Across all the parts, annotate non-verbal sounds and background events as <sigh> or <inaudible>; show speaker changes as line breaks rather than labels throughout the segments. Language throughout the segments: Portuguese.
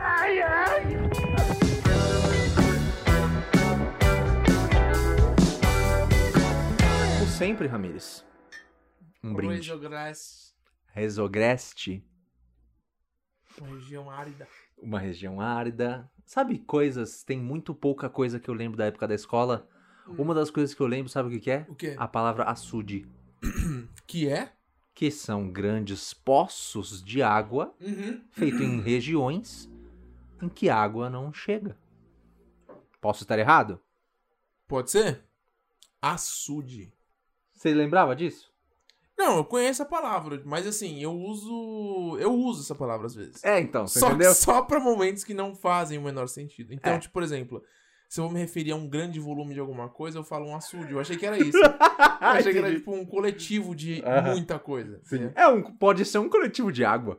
Ai, ai.
Como sempre, Ramires. Um
Como
brinde.
Regiogreste,
Resogreste,
uma região árida.
uma região árida. Sabe coisas? Tem muito pouca coisa que eu lembro da época da escola.
Hum.
Uma das coisas que eu lembro, sabe o que, que é?
O quê?
A palavra açude,
Que é?
que são grandes poços de água
Uhum.
feito <clears throat> em regiões em que a água não chega. Posso estar errado?
Pode ser? Açude.
Você lembrava disso?
Não, eu conheço a palavra, mas assim, eu uso. Eu uso essa palavra às vezes.
É, então, você
só,
entendeu? <laughs>
só pra momentos que não fazem o menor sentido. Então,
É.
tipo, por exemplo, se eu vou me referir a um grande volume de alguma coisa, eu falo um açude. Eu achei
<laughs>
que era isso. Eu achei que era
Ah, Entendi.
tipo um coletivo de
Aham.
muita coisa.
Sim.
né?
É um, pode ser um coletivo de água.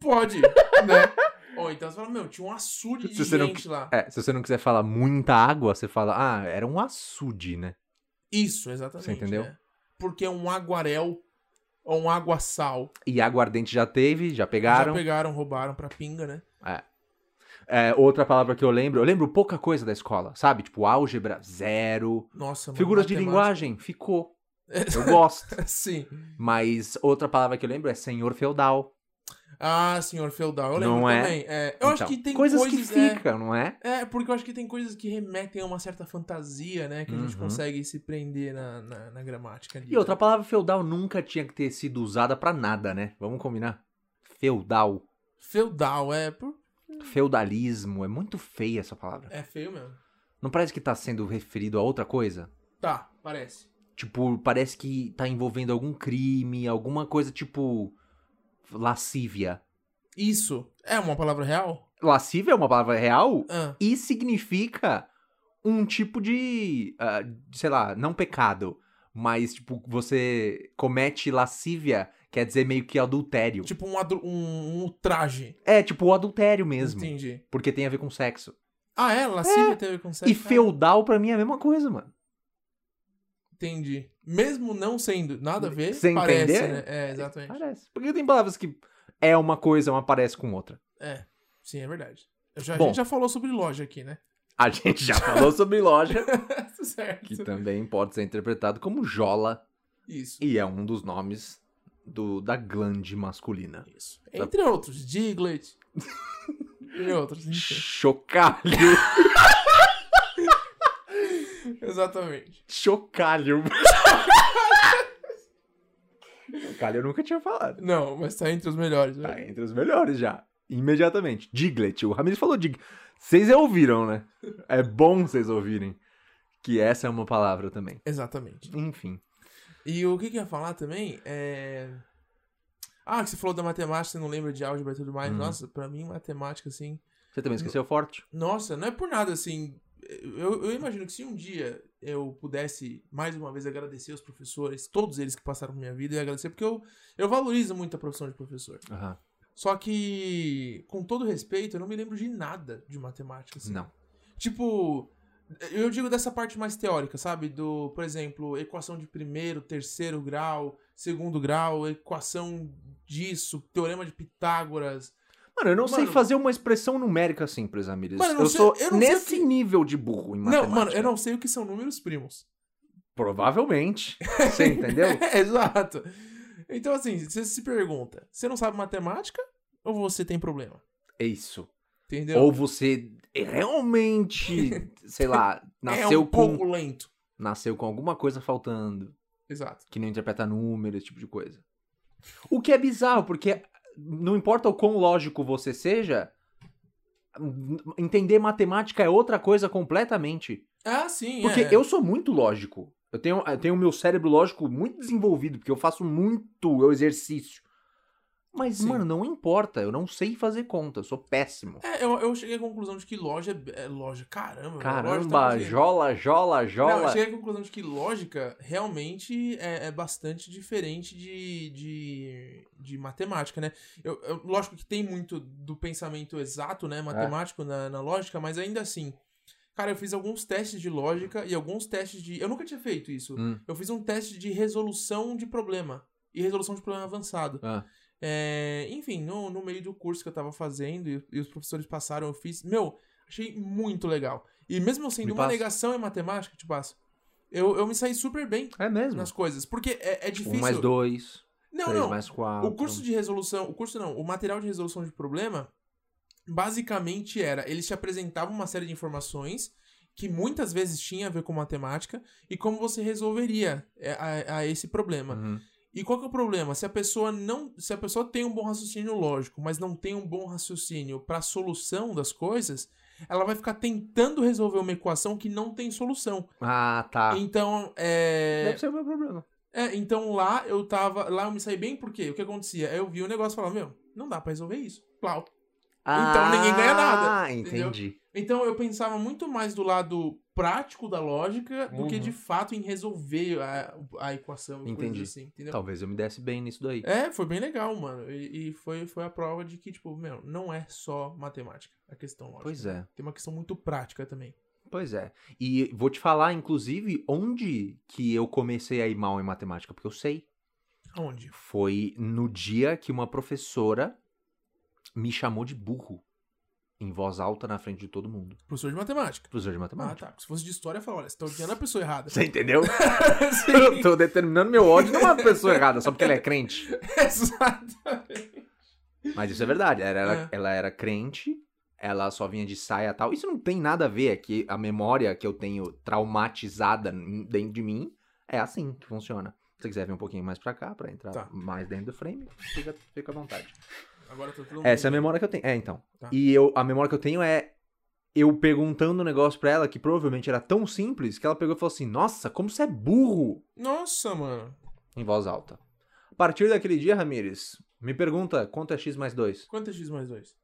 Pode, né? Ou então você fala, meu, tinha um açude de
Se você não
gente lá.
É, se você não quiser falar muita água, você fala, ah, era um açude, né?
Isso, exatamente.
Você entendeu?
né? Porque um aguarel ou um aguaçal.
E aguardente já teve, já
Já
pegaram.
pegaram, roubaram pra pinga, né?
É, outra palavra que eu lembro, eu lembro pouca coisa da escola, sabe? Tipo, álgebra, zero.
Nossa, mano.
Figuras de
matemática-
linguagem,
<laughs>
ficou. Eu gosto.
Sim.
Mas outra palavra que eu lembro é senhor feudal.
Ah, senhor feudal, eu lembro
Não é?
também. É, eu acho
Então,
que tem
coisas,
coisas,
que ficam, não é?
É, é, porque eu acho que tem coisas que remetem a uma certa fantasia, né? Que a gente
Uhum.
consegue se prender na, na, na gramática ali. né?
E outra palavra feudal nunca tinha que ter sido usada pra nada, né? Vamos combinar. Feudal.
Feudal, é. por-
Feudalismo. É muito feia essa palavra.
É feio mesmo.
Não parece que tá sendo referido a outra coisa?
Tá, parece.
Tipo, parece que tá envolvendo algum crime, alguma coisa tipo. Lascívia.
Isso é uma palavra real?
Lascívia é uma palavra real
Ah,
e significa um tipo de. ah, sei lá, não pecado, mas tipo, você comete lascívia, quer dizer meio que adultério.
tipo um, adru- um, um ultraje.
É, tipo, o adultério mesmo.
Entendi.
Porque tem a ver com sexo.
Ah, é? Lascívia teve conceito.
E feudal, pra mim, é a mesma coisa, mano.
Entendi. Mesmo não sendo nada a ver,
Você
parece,
entender?
né? É, exatamente.
Parece. Porque tem palavras que é uma coisa, uma parece com outra.
É, sim, é verdade. Eu já-
Bom.
a gente já falou sobre loja aqui, né? <laughs> Tá
A gente já falou sobre loja,
certo.
que também pode ser interpretado como jola,
Isso.
e é um dos nomes do, da glande masculina.
Isso. Entre outros, Diglett. <laughs> e outros.
<laughs>
enfim.
Chocalho.
Exatamente.
<laughs> Chocalho. Chocalho eu nunca tinha falado.
Não, mas tá entre os melhores,
Tá
velho.
entre os melhores já. Imediatamente. Diglett. O Ramirez falou Dig. Vocês já ouviram, né? É bom vocês ouvirem. Que essa é uma palavra também.
Exatamente.
Enfim.
E o que que eu ia falar também é. Ah, que você falou da matemática, você não lembra de álgebra e tudo mais.
Uhum.
Nossa, pra mim, matemática, assim.
Você também esqueceu forte?
Nossa, não é por nada, assim. Eu, eu imagino que se um dia eu pudesse, mais uma vez, agradecer os professores, todos eles que passaram por minha vida, eu ia agradecer, porque eu, eu valorizo muito a profissão de professor.
Aham.
Só que, com todo respeito, eu não me lembro de nada de matemática, assim.
Não.
Tipo, eu digo dessa parte mais teórica, sabe? Do, por exemplo, equação de primeiro, terceiro grau, segundo grau, equação disso, teorema de Pitágoras.
Mano, eu não sei
Mano-
fazer uma expressão numérica simples, Ramirez.
Mano, eu
eu,
não sei-
sou
eu não sei
nesse
o que-
nível de burro em matemática.
Não, mano, eu não sei o que são números primos. <laughs>
Provavelmente. Você entendeu?
É, exato. Então, assim, você se pergunta, você não sabe matemática ou você tem problema?
É isso.
Entendeu? É
Ou você
<laughs>
realmente, sei lá,
é
nasceu
um
com
pouco lento.
nasceu com alguma coisa faltando,
Exato.
que não interpreta números, esse tipo de coisa. O que é bizarro, porque não importa o quão lógico você seja, entender matemática é outra coisa completamente.
Ah, sim,
Porque
é.
eu sou muito lógico. Eu tenho, eu tenho o meu cérebro lógico muito desenvolvido, porque eu faço muito eu exercício. Mas,
Sim.
mano, não importa. Eu não sei fazer conta. Eu sou péssimo.
É, eu, eu cheguei à conclusão de que loja é, é loja. Caramba, loja tá
Caramba,
muito-
jola, jola,
Não, eu
jola.
cheguei à conclusão de que lógica realmente é, é bastante diferente de, de, de matemática, né? Eu, eu- lógico que tem muito do pensamento exato, né, matemático na, na lógica, mas ainda assim, cara, eu fiz alguns testes de lógica e alguns testes de. Eu nunca tinha feito isso.
Hum.
Eu fiz um teste de resolução de problema e resolução de problema avançado.
Ah.
É, enfim, no, no meio do curso que eu tava fazendo e, e os professores passaram, eu fiz. Meu, achei muito legal. E mesmo sendo
Me
uma
passa.
negação em matemática, te passo, eu, eu me saí super bem
É mesmo.
nas coisas. Porque é, é difícil.
Um mais dois,
não,
três
não.
mais quatro. né?
O curso de resolução, o curso não, o material de resolução de problema, basicamente era, eles te apresentavam uma série de informações que muitas vezes tinha a ver com matemática e como você resolveria é, a, a esse problema.
Uhum.
E qual que é o problema? Se a pessoa não, se a pessoa tem um bom raciocínio lógico, mas não tem um bom raciocínio para solução das coisas, ela vai ficar tentando resolver uma equação que não tem solução.
Ah, tá.
Então, é...
Deve ser o meu problema.
É, então lá eu tava. Lá eu me saí bem porque o que acontecia? Eu vi o negócio e falava, meu, não dá pra resolver isso. Plau. Então ninguém ganha nada,
Ah,
entendeu?
entendi.
Então eu pensava muito mais do lado prático da lógica do que
Uhum.
de fato em resolver a, a equação e coisas
Entendi.
assim, entendeu?
Talvez eu me desse bem nisso daí.
É, foi bem legal, mano. E, e foi, foi a prova de que, tipo, meu, não é só matemática a questão lógica.
Pois é.
Tem uma questão muito prática também.
Pois é. E vou te falar, inclusive, onde que eu comecei a ir mal em matemática, porque eu sei.
Onde?
Foi no dia que uma professora me chamou de burro em voz alta na frente de todo mundo.
Professor de matemática.
Professor de
Ah,
matemática.
tá. Se fosse de história, eu falava, olha, você
<laughs>
tá odiando a pessoa errada.
Ah, Você <laughs> entendeu?
<laughs> Sim.
Eu tô determinando meu ódio numa pessoa errada, só porque ela é crente.
Exatamente.
Mas isso é verdade. Ela era,
É.
ela era crente, ela só vinha de saia e tal. Isso não tem nada a ver aqui. A memória que eu tenho traumatizada n- dentro de mim é assim que funciona. Se você quiser vir um pouquinho mais pra cá, pra entrar
Tá.
mais dentro do frame, fica, fica à vontade.
Agora tá todo mundo.
Essa é a memória que eu tenho. É, então.
Tá.
E eu, a memória que eu tenho é eu perguntando um negócio pra ela que provavelmente era tão simples que ela pegou e falou assim: Nossa, como você é burro!
Nossa, mano.
Em voz alta. A partir daquele dia, Ramires, me pergunta quanto é x mais 2?
Quanto é x mais 2?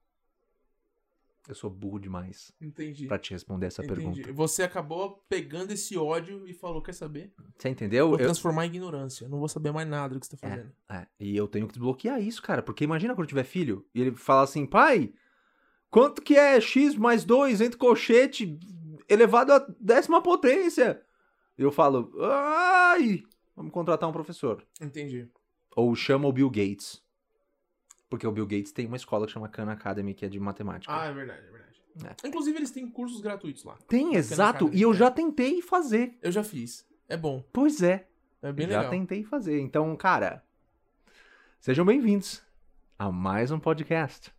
Eu sou burro demais.
Entendi.
Pra te responder essa
Entendi.
pergunta.
Você acabou pegando esse ódio e falou: quer saber?
Você entendeu?
Vou
Eu-
transformar em ignorância. Não vou saber mais nada do que você tá fazendo.
é, e eu tenho que desbloquear isso, cara. Porque imagina quando eu tiver filho e ele fala assim, pai, quanto que é x mais 2 entre colchete elevado à décima potência? Eu falo, ai, vamos contratar um professor.
Entendi.
Tipo- Ou chama o Bill Gates. Porque o Bill Gates tem uma escola que chama Khan Academy, que é de matemática.
Ah, é verdade, é verdade. Inclusive, eles têm cursos gratuitos lá.
tem, exato.
Academy,
E eu
é.
já tentei fazer.
Eu já fiz. É bom.
Pois é.
É bem
já
legal.
tentei fazer. Então, cara, sejam bem-vindos a mais um podcast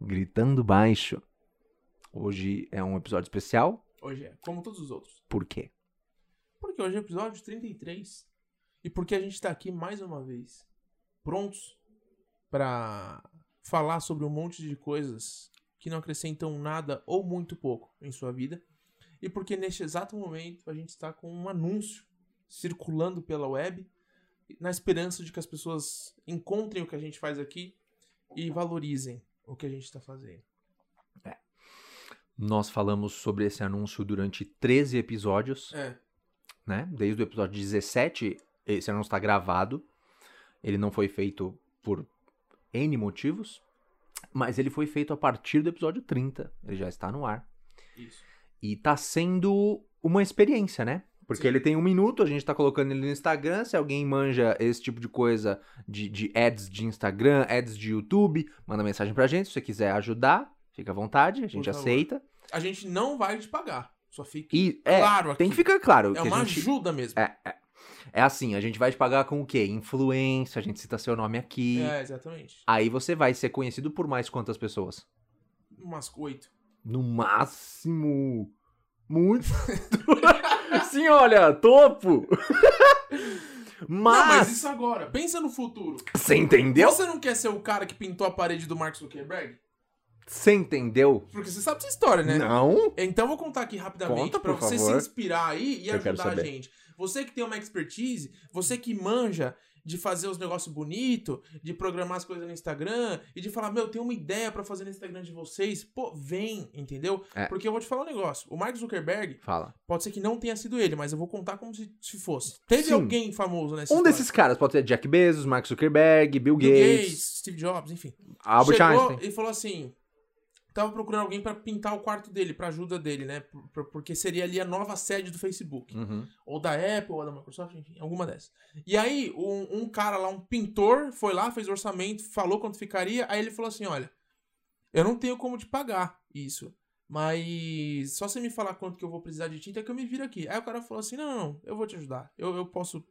Gritando Baixo. Hoje é um episódio especial,
Hoje é. Como todos os outros.
por quê?
Porque hoje é o episódio 33. E porque a gente tá aqui mais uma vez. Prontos pra falar sobre um monte de coisas que não acrescentam nada ou muito pouco em sua vida. E porque neste exato momento a gente está com um anúncio circulando pela web, na esperança de que as pessoas encontrem o que a gente faz aqui e valorizem o que a gente está fazendo.
Nós falamos sobre esse anúncio durante 13 episódios,
É,
né? Desde o episódio 17, esse anúncio está gravado. Ele não foi feito por N motivos, mas ele foi feito a partir do episódio 30. Ele já está no ar.
isso.
E tá sendo uma experiência, né? Porque
Sim.
ele tem um minuto, a gente tá colocando ele no Instagram. Se alguém manja esse tipo de coisa de, de ads de Instagram, ads de YouTube, manda mensagem pra gente. Se você quiser ajudar, fica à vontade, a gente
favor.
aceita.
A gente não vai te pagar. Só fique
E é,
claro aqui.
tem que ficar claro.
É
que
uma
a gente,
ajuda mesmo.
é, é, é assim, a gente vai te pagar com o quê? Influência, a gente cita seu nome aqui.
É, exatamente.
Aí você vai ser conhecido por mais quantas pessoas?
Umas oito.
No máximo. Muito. <laughs> Sim, olha, topo.
Não, mas
Mas,
isso agora. Pensa no futuro.
você entendeu?
Você não quer ser o cara que pintou a parede do Mark Zuckerberg?
Você entendeu?
Porque você sabe essa história, né?
Não.
Então eu vou contar aqui rapidamente
Conta,
pra
por
você se
favor.
inspirar aí e
Eu quero
ajudar a
saber.
gente. Você que tem uma expertise, você que manja de fazer os negócios bonitos, de programar as coisas no Instagram e de falar, meu, tem uma ideia pra fazer no Instagram de vocês. Pô, vem, entendeu?
É.
Porque eu vou te falar um negócio. O Mark Zuckerberg,
Fala.
pode ser que não tenha sido ele, mas eu vou contar como se, se fosse. Teve
Sim.
alguém famoso né, nessa
Um
história.
desses caras pode ser Jack Bezos, Mark Zuckerberg, Bill,
Bill
Gates,
Gates, Steve Jobs, enfim.
Albert
chegou
Einstein.
e falou assim: tava procurando alguém pra pintar o quarto dele, pra ajuda dele, né? Por- por- Porque seria ali a nova sede do Facebook.
Uhum.
Ou da Apple, ou da Microsoft, enfim, alguma dessas. E aí, um, um cara lá, um pintor, foi lá, fez orçamento, falou quanto ficaria. Aí ele falou assim: Olha, eu não tenho como te pagar isso. Mas só você me falar quanto que eu vou precisar de tinta que eu me viro aqui. Aí o cara falou assim: Não, não, não eu vou te ajudar. Eu, eu posso.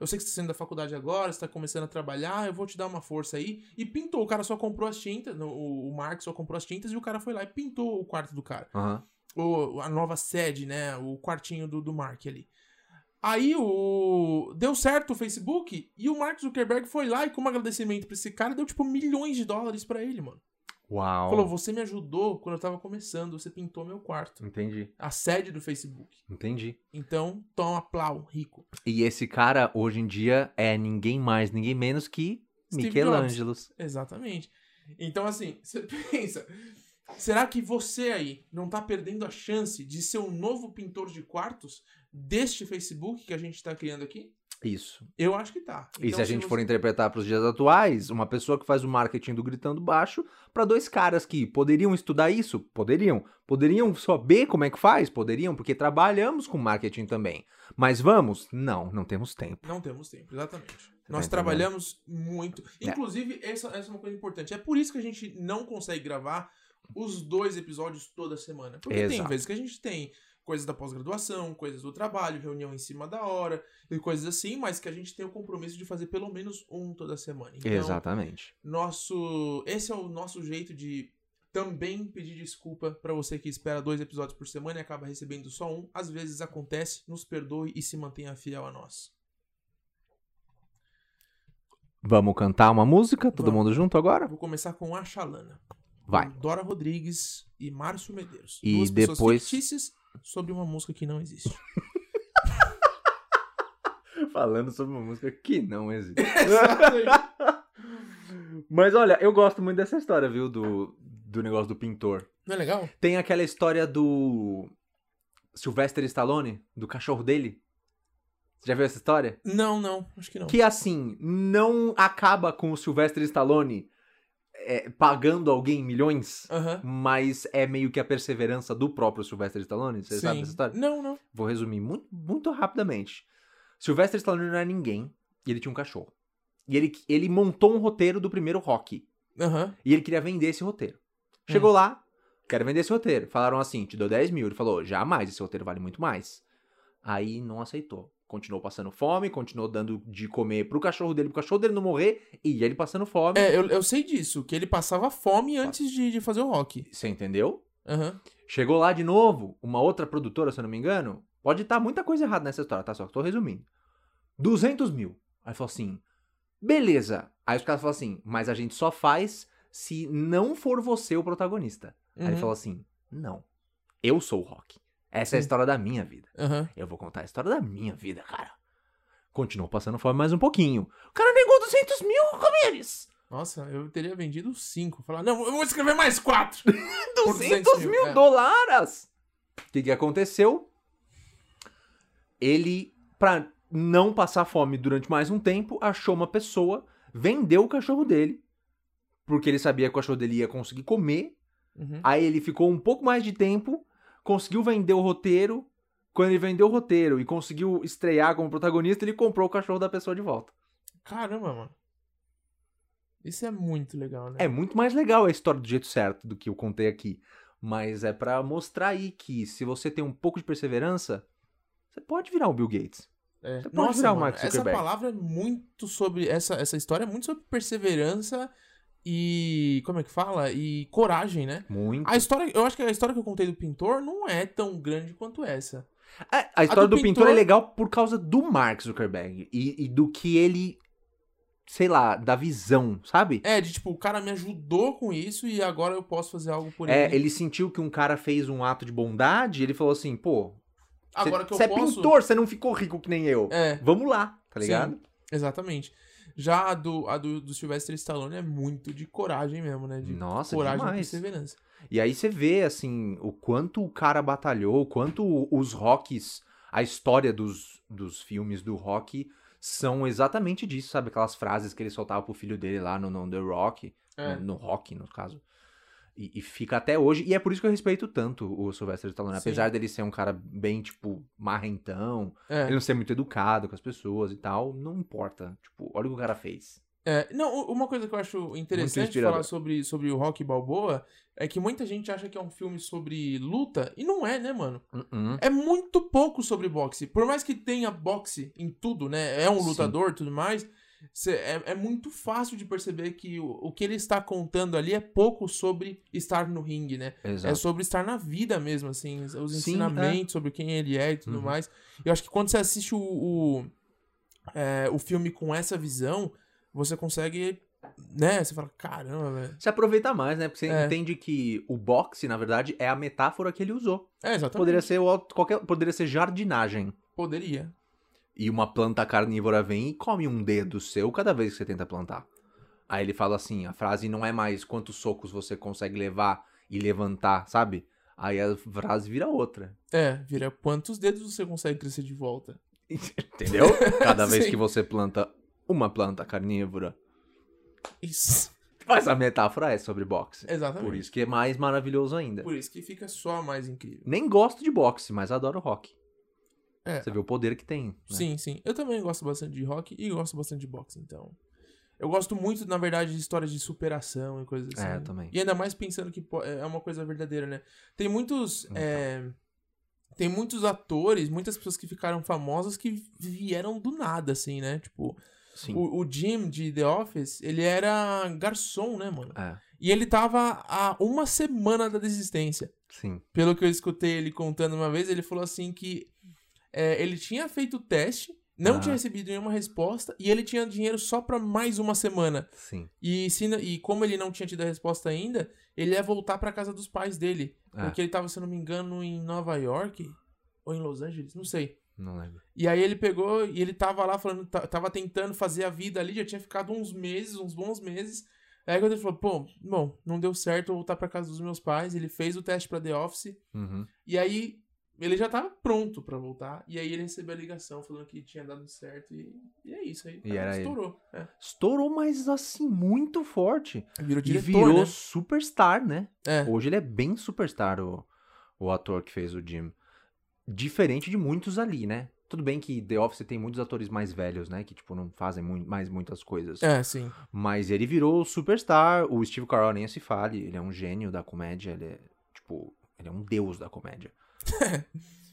Eu sei que você está saindo da faculdade agora, você está começando a trabalhar, eu vou te dar uma força aí. E pintou. O cara só comprou as tintas, no- o, o Mark só comprou as tintas e o cara foi lá e pintou o quarto do cara
Aham.
o, a nova sede, né? O quartinho do, do Mark ali. Aí o. Deu certo o Facebook e o Mark Zuckerberg foi lá e, como agradecimento pra esse cara, deu tipo milhões de dólares pra ele, mano.
Uau.
Falou: você me ajudou quando eu tava começando, você pintou meu quarto.
Entendi,
A sede do Facebook.
entendi.
Então, toma plau, rico.
E esse cara, hoje em dia, é ninguém mais, ninguém menos que
Steve
Michelangelo.
Exatamente. Então, assim, <laughs> você pensa. Será que você aí não tá perdendo a chance de ser o novo pintor de quartos deste Facebook que a gente tá criando aqui?
Isso.
Eu acho que tá.
e
Então,
se a gente
você-
for interpretar para os dias atuais, uma pessoa que faz o marketing do gritando baixo para dois caras que poderiam estudar isso, poderiam, poderiam saber como é que faz, poderiam, porque trabalhamos com marketing também. Mas vamos? Não, não temos tempo.
Não temos tempo, exatamente. Nós
tá entendendo?
trabalhamos muito.
É.
Inclusive, essa, essa é uma coisa importante. É por isso que a gente não consegue gravar os dois episódios toda semana. Porque tem
Exato.
vezes que a gente tem coisas da pós-graduação, coisas do trabalho, reunião em cima da hora e coisas assim, mas que a gente tem o compromisso de fazer pelo menos um toda semana. Então,
Exatamente.
nosso esse é o nosso jeito de também pedir desculpa pra você que espera dois episódios por semana e acaba recebendo só um. Às vezes acontece, nos perdoe e se mantenha fiel a nós.
Vamos cantar uma música? Todo
Vamos.
mundo junto agora?
Vou começar com a Xalana.
Vai.
Com Dora Rodrigues e Márcio Medeiros.
E
Duas
depois-
pessoas fictícias sobre uma música que não existe.
<laughs> Falando sobre uma música que não existe.
<laughs> Exatamente.
Mas olha, eu gosto muito dessa história, viu, do, do negócio do pintor.
Não é legal?
Tem aquela história do Sylvester Stallone, do cachorro dele. Você já viu essa história?
Não, não, acho que não.
Que assim, não acaba com o Sylvester Stallone é, pagando alguém milhões,
Aham.
mas é meio que a perseverança do próprio Sylvester Stallone. Você sabe
Sim.
essa história?
Não, não.
Vou resumir muito, muito rapidamente. Sylvester Stallone não era ninguém e ele tinha um cachorro. E ele, ele montou um roteiro do primeiro rock.
Aham.
E ele queria vender esse roteiro. Chegou lá, quero vender esse roteiro. Falaram assim, te dou 10 mil. Ele falou, jamais, esse roteiro vale muito mais. Aí não aceitou. Continuou passando fome, continuou dando de comer pro cachorro dele, pro cachorro dele não morrer, e ele passando fome.
É, eu, eu sei disso, que ele passava fome antes de, de fazer o rock.
Você entendeu?
Aham.
Chegou lá de novo, uma outra produtora, se eu não me engano. Pode estar muita coisa errada nessa história, tá? Só que tô resumindo. 200 mil. Aí falou assim, beleza. Aí os caras falaram assim, mas a gente só faz se não for você o protagonista. Aí ele
Uhum.
falou assim: Não, eu sou o Rock. Essa é a
Sim.
história da minha vida.
Aham.
Eu vou contar a história da minha vida, cara. Continuou passando fome mais um pouquinho. O cara negou 200 mil comieres.
Nossa, eu teria vendido cinco. Falar, não, eu vou escrever mais quatro.
200,
200
mil,
mil, é.
dólares. O que, que aconteceu? Ele, pra não passar fome durante mais um tempo, achou uma pessoa, vendeu o cachorro dele, porque ele sabia que o cachorro dele ia conseguir comer,
Uhum.
Aí ele ficou um pouco mais de tempo, conseguiu vender o roteiro. Quando ele vendeu o roteiro e conseguiu estrear como protagonista, ele comprou o cachorro da pessoa de volta.
Caramba, mano. Isso é muito legal, né?
É muito mais legal a história do jeito certo do que eu contei aqui. Mas é pra mostrar aí que se você tem um pouco de perseverança, você pode virar o Bill Gates.
É.
Você pode
Nossa,
virar o
mano,
Mark
essa
Zuckerberg.
palavra é muito sobre. Essa, essa história é muito sobre perseverança e. Como é que fala? E coragem, né?
Muito.
A história. Eu acho que a história que eu contei do pintor não é tão grande quanto essa.
É, a história do,
do
pintor é
pintor-
legal por causa do Mark Zuckerberg e, e do que ele, sei lá, da visão, sabe?
É, de tipo, o cara me ajudou com isso e agora eu posso fazer algo por
É,
ele.
ele sentiu que um cara fez um ato de bondade, ele falou assim, pô,
Agora que eu
você é
posso.
pintor, você não ficou rico que nem eu.
É,
Vamos lá, tá
Sim.
ligado?
exatamente. Já a do, a do, do Sylvester Stallone é muito de coragem mesmo, né? De
Nossa,
coragem e
demais.
perseverança.
E aí você vê, assim, o quanto o cara batalhou, o quanto os rocks, a história dos, dos filmes do rock são exatamente disso, sabe? Aquelas frases que ele soltava pro filho dele lá no, no The Rock,
É.
no, no rock, no caso. E, e fica até hoje. E é por isso que eu respeito tanto o Sylvester Stallone.
Sim.
Apesar dele ser um cara bem, tipo, marrentão,
É.
ele não ser muito educado com as pessoas e tal, não importa. Tipo, olha o que o cara fez.
É, não, u- uma coisa que eu acho interessante
inspirador.
falar sobre, sobre o Rock Balboa é que muita gente acha que é um filme sobre luta, e não é, né, mano?
Uh-uh.
É muito pouco sobre boxe. Por mais que tenha boxe em tudo, né? É um
Sim.
lutador e tudo mais. cê- é, é muito fácil de perceber que o, o que ele está contando ali é pouco sobre estar no ringue, né? É
Exato.
sobre estar na vida mesmo, assim. Os os
Sim, é.
ensinamentos sobre quem ele é e tudo
Uhum.
mais. Eu acho que quando você assiste o, o, é, o filme com essa visão, você consegue. Né? Você fala, caramba, velho.
Se aproveita mais, né? Porque você
É.
entende que o boxe, na verdade, é a metáfora que ele usou.
É, exatamente.
Poderia ser o auto- qualquer, poderia ser jardinagem.
Poderia.
E uma planta carnívora vem e come um dedo seu cada vez que você tenta plantar. Aí ele fala assim, a frase não é mais quantos socos você consegue levar e levantar, sabe? Aí a frase vira outra.
É, vira quantos dedos você consegue crescer de volta. <laughs>
Entendeu? Cada vez
Sim.
que você planta uma planta carnívora.
Isso. <laughs>
Mas a metáfora é sobre boxe.
Exatamente.
Por isso é. que é mais maravilhoso ainda.
Por isso que fica só mais incrível.
Nem gosto de boxe, mas adoro rock.
É.
Você vê o poder que tem. né?
Sim, sim. Eu também gosto bastante de rock e gosto bastante de boxe, então. Eu gosto muito, na verdade, de histórias de superação e coisas assim.
É, eu também.
E ainda mais pensando que po- é uma coisa verdadeira, né? Tem muitos.
Então.
é, Tem muitos atores, muitas pessoas que ficaram famosas que vieram do nada, assim, né? Tipo,
Sim.
o, o Jim de The Office, ele era garçom, né, mano?
É,
E ele tava há uma semana da desistência.
sim.
pelo que eu escutei ele contando uma vez, ele falou assim que é, ele tinha feito o teste, não
Ah.
tinha recebido nenhuma resposta e ele tinha dinheiro só pra mais uma semana.
Sim.
E, se n- e como ele não tinha tido a resposta ainda, ele ia voltar pra casa dos pais dele,
É.
porque ele tava, se eu não me engano, em Nova York ou em Los Angeles, não sei.
Não lembro.
E aí ele pegou e ele tava lá falando, ta- tava tentando fazer a vida ali, já tinha ficado uns meses, uns bons meses. Aí quando ele falou, pô, bom, não deu certo, vou voltar pra casa dos meus pais. Ele fez o teste pra The Office,
Uhum.
e aí ele já tava pronto pra voltar. E aí ele recebeu a ligação falando que tinha dado certo. E, e é isso aí.
E era ele.
estourou. É.
Estourou, mas assim, muito forte.
Virou
E
diretor,
virou
né?
superstar, né?
É.
Hoje ele é bem superstar, o, o ator que fez o Jim. Diferente de muitos ali, né? Tudo bem que The Office tem muitos atores mais velhos, né? Que, tipo, não fazem mui- mais muitas coisas.
É, sim.
Mas ele virou superstar. O Steve Carell nem se fale. Ele é um gênio da comédia. Ele é, tipo, ele é um deus da
<laughs>
comédia.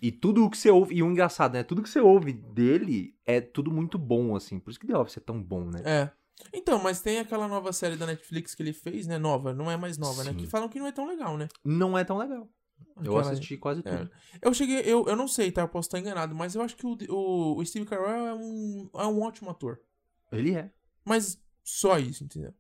e tudo o que você ouve... E o engraçado, né? Tudo que você ouve dele é tudo muito bom, assim. Por isso que The Office é tão bom, né?
É. Então, mas tem aquela nova série da Netflix que ele fez, né? Nova, não é mais nova, né?
Sim.
Que falam que não é tão legal, né?
Não é tão legal. Eu
Aquela-
assisti quase
É.
tudo.
Eu cheguei, eu, eu não sei, tá? Eu posso estar enganado, mas eu acho que o, o, o Steve Carell é um, é um ótimo ator.
Ele é.
Mas só isso, entendeu?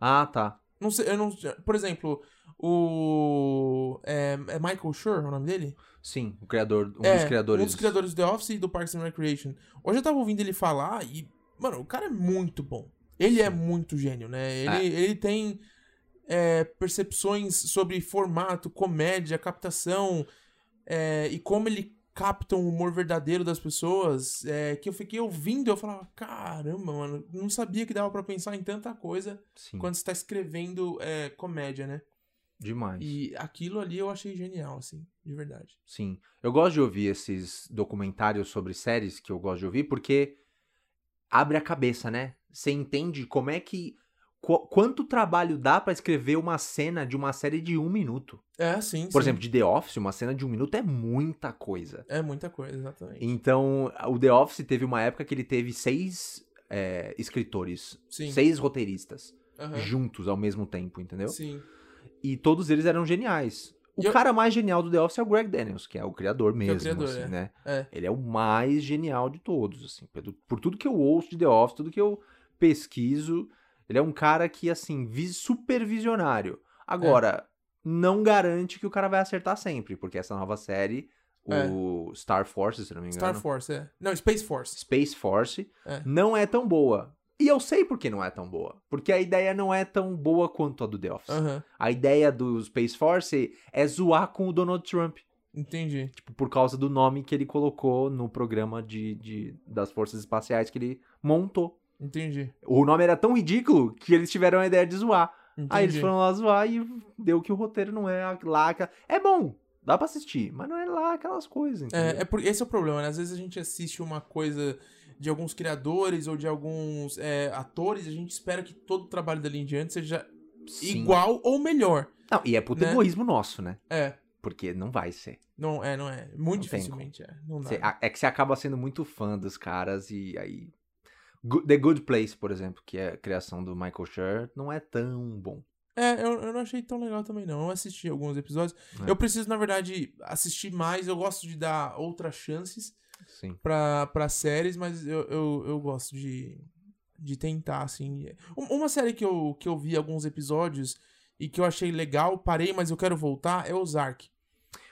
Ah, tá.
Não sei, eu não. Por exemplo, o. É, é Michael Schur o nome dele?
Sim, o criador... Um
É,
dos criadores.
Um dos criadores do The Office e do Parks and Recreation. Hoje eu tava ouvindo ele falar e, mano, o cara é muito bom. Ele é muito gênio, né? Ele,
É.
ele tem é, percepções sobre formato, comédia, captação é, e como ele capta o humor verdadeiro das pessoas. é, que eu fiquei ouvindo e eu falava, caramba, mano, não sabia que dava pra pensar em tanta coisa
Sim,
quando você tá escrevendo é, comédia, né?
demais.
E aquilo ali eu achei genial, assim, de verdade.
Sim. Eu gosto de ouvir esses documentários sobre séries que eu gosto de ouvir porque abre a cabeça, né? Você entende como é que. qu- quanto trabalho dá pra escrever uma cena de uma série de um minuto.
É, sim.
Por
sim.
exemplo, de The Office, uma cena de um minuto é muita coisa.
É muita coisa, exatamente.
Então, o The Office teve uma época que ele teve seis é, escritores,
Sim.
seis roteiristas
Aham.
juntos ao mesmo tempo, entendeu?
Sim.
E todos eles eram geniais. O
E eu-
cara mais genial do The Office é o Greg Daniels, que é o criador mesmo,
criador,
assim,
é.
né?
É.
Ele é o mais genial de todos, assim. pelo- Por tudo que eu ouço de The Office, tudo que eu pesquiso, ele é um cara que, assim, vis- super visionário. Agora, não garante que o cara vai acertar sempre, porque essa nova série, o Star Force, se não me engano,
É. Star Force, é. Não, Space Force.
Space Force,
É.
não é tão boa. E eu sei por que não é tão boa. Porque a ideia não é tão boa quanto a do The Office.
Aham.
A ideia do Space Force é zoar com o Donald Trump,
Entendi.
tipo, por causa do nome que ele colocou no programa de, de- das forças espaciais que ele montou.
Entendi.
O nome era tão ridículo que eles tiveram a ideia de zoar. Aí Ah, eles
Entendi.
foram lá zoar e deu que o roteiro não é lá. aquela- É bom, dá pra assistir, mas não é lá aquelas coisas.
É,
entendeu?
é por, esse é o problema, né? Às vezes a gente assiste uma coisa de alguns criadores ou de alguns é, atores, a gente espera que todo o trabalho dali em diante seja
Sim.
é igual ou melhor.
Não, e é puto
né?
egoísmo nosso, né?
É.
Porque não vai ser.
Não, é, não é. Muito
Não tem
dificilmente é. Não dá.
Cê- a- é que você acaba sendo muito fã dos caras e aí. Go- The Good Place, por exemplo, que é a criação do Michael Schur, não é tão bom.
É, eu, eu não achei tão legal também, não. Eu assisti alguns episódios.
É.
Eu preciso, na verdade, assistir mais. Eu gosto de dar outras chances
Sim.
pra, pra séries, mas eu, eu, eu gosto de, de tentar, assim. Um- Uma série que eu, que eu vi alguns episódios e que eu achei legal, parei, mas eu quero voltar, é Ozark.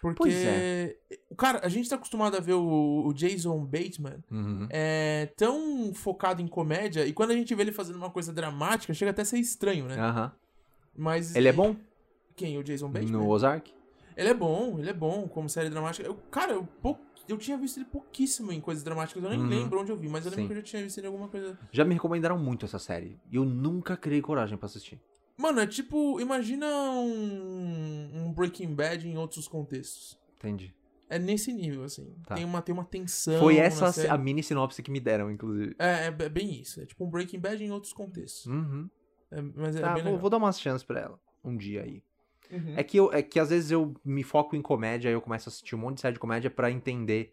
Porque,
Pois é.
o cara, a gente tá acostumado a ver o, o Jason Bateman
Uhum.
é tão focado em comédia, e quando a gente vê ele fazendo uma coisa dramática, chega até a ser estranho, né?
É, Aham.
Mas...
Ah. Ele é bom
Quem? O Jason Bateman?
no Ozark?
Ele é bom, ele é bom como série dramática. Eu, cara, eu, pou- eu tinha visto ele pouquíssimo em coisas dramáticas, eu nem
Uhum.
lembro onde eu vi, mas eu lembro
Sim.
que eu já tinha visto ele em alguma coisa.
Já me recomendaram muito essa série. E eu nunca criei coragem pra assistir.
Mano, é tipo, imagina um, um Breaking Bad em outros contextos.
Entendi.
É nesse nível, assim.
Tá.
Tem, uma, tem Então, uma tensão.
Foi
na
essa
série.
a mini sinopse que me deram, inclusive.
É, é b- bem isso. É tipo um Breaking Bad em outros contextos.
Uhum.
É, mas é
Tá,
bem
vou,
legal.
vou dar umas chances pra ela. Um dia aí.
Uhum.
É que, eu, é que às vezes eu me foco em comédia, aí eu começo a assistir um monte de série de comédia pra entender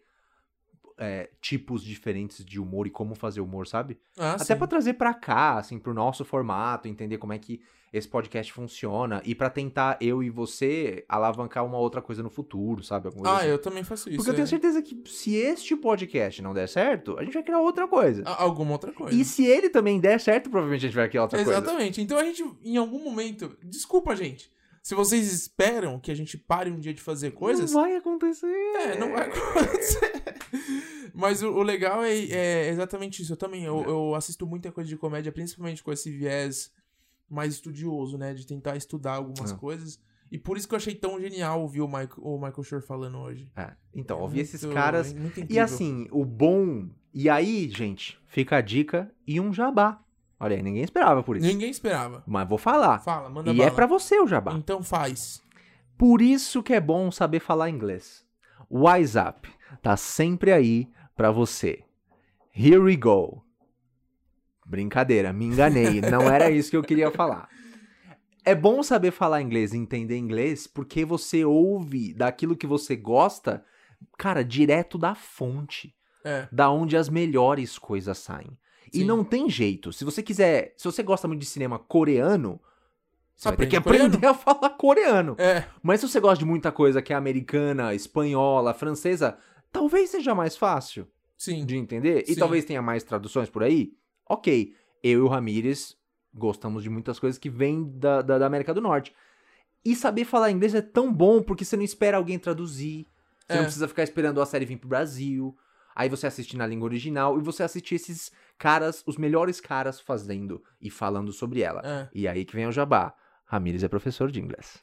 é, tipos diferentes de humor e como fazer humor, sabe?
Ah,
Até
sim.
pra trazer pra cá, assim, pro nosso formato, entender como é que esse podcast funciona e pra tentar eu e você alavancar uma outra coisa no futuro, sabe? Alguma coisa
Ah,
assim.
eu também faço isso.
Porque eu
é.
tenho certeza que se este podcast não der certo, a gente vai criar outra coisa.
Ah, Alguma outra coisa.
E se ele também der certo, provavelmente a gente vai criar outra coisa.
Exatamente. Então a gente, em algum momento. Desculpa, gente. Se vocês esperam que a gente pare um dia de fazer coisas.
Não vai acontecer.
É, não vai <laughs> acontecer. Mas o, o legal é, é exatamente isso. Eu também eu,
É.
eu assisto muita coisa de comédia, principalmente com esse viés mais estudioso, né? De tentar estudar algumas
É.
coisas. E por isso que eu achei tão genial ouvir o Michael, o Michael Schur falando hoje.
É, Então,
É
ouvi esses
muito-
caras
é muito
E
incrível.
assim, o bom. E aí, gente, fica a dica e um jabá. Olha aí, ninguém esperava por isso.
Ninguém esperava.
Mas vou falar.
Fala, manda
E
bala.
é pra você o jabá.
Então faz.
Por isso que é bom saber falar inglês. O WhatsApp tá sempre aí pra você. Here we go. Brincadeira, me
<laughs>
enganei. Não era isso que eu queria falar. É bom saber falar inglês, e entender inglês, porque você ouve daquilo que você gosta, cara, direto da fonte
É.
da onde as melhores coisas saem. E
Sim.
não tem jeito. Se você quiser, se você gosta muito de cinema coreano, você vai ter
Aprende
que
coreano.
aprender <laughs> a falar coreano.
É.
Mas se você gosta de muita coisa que é americana, espanhola, francesa, talvez seja mais fácil
Sim.
de entender e
Sim.
talvez tenha mais traduções por aí. Ok, eu e o Ramires gostamos de muitas coisas que vêm da, da- da América do Norte. E saber falar inglês é tão bom porque você não espera alguém traduzir, você
É.
não precisa ficar esperando a série vir pro Brasil. Aí você assiste na língua original e você assiste esses caras, os melhores caras fazendo e falando sobre ela.
É.
E aí que vem o jabá. Ramires é professor de inglês.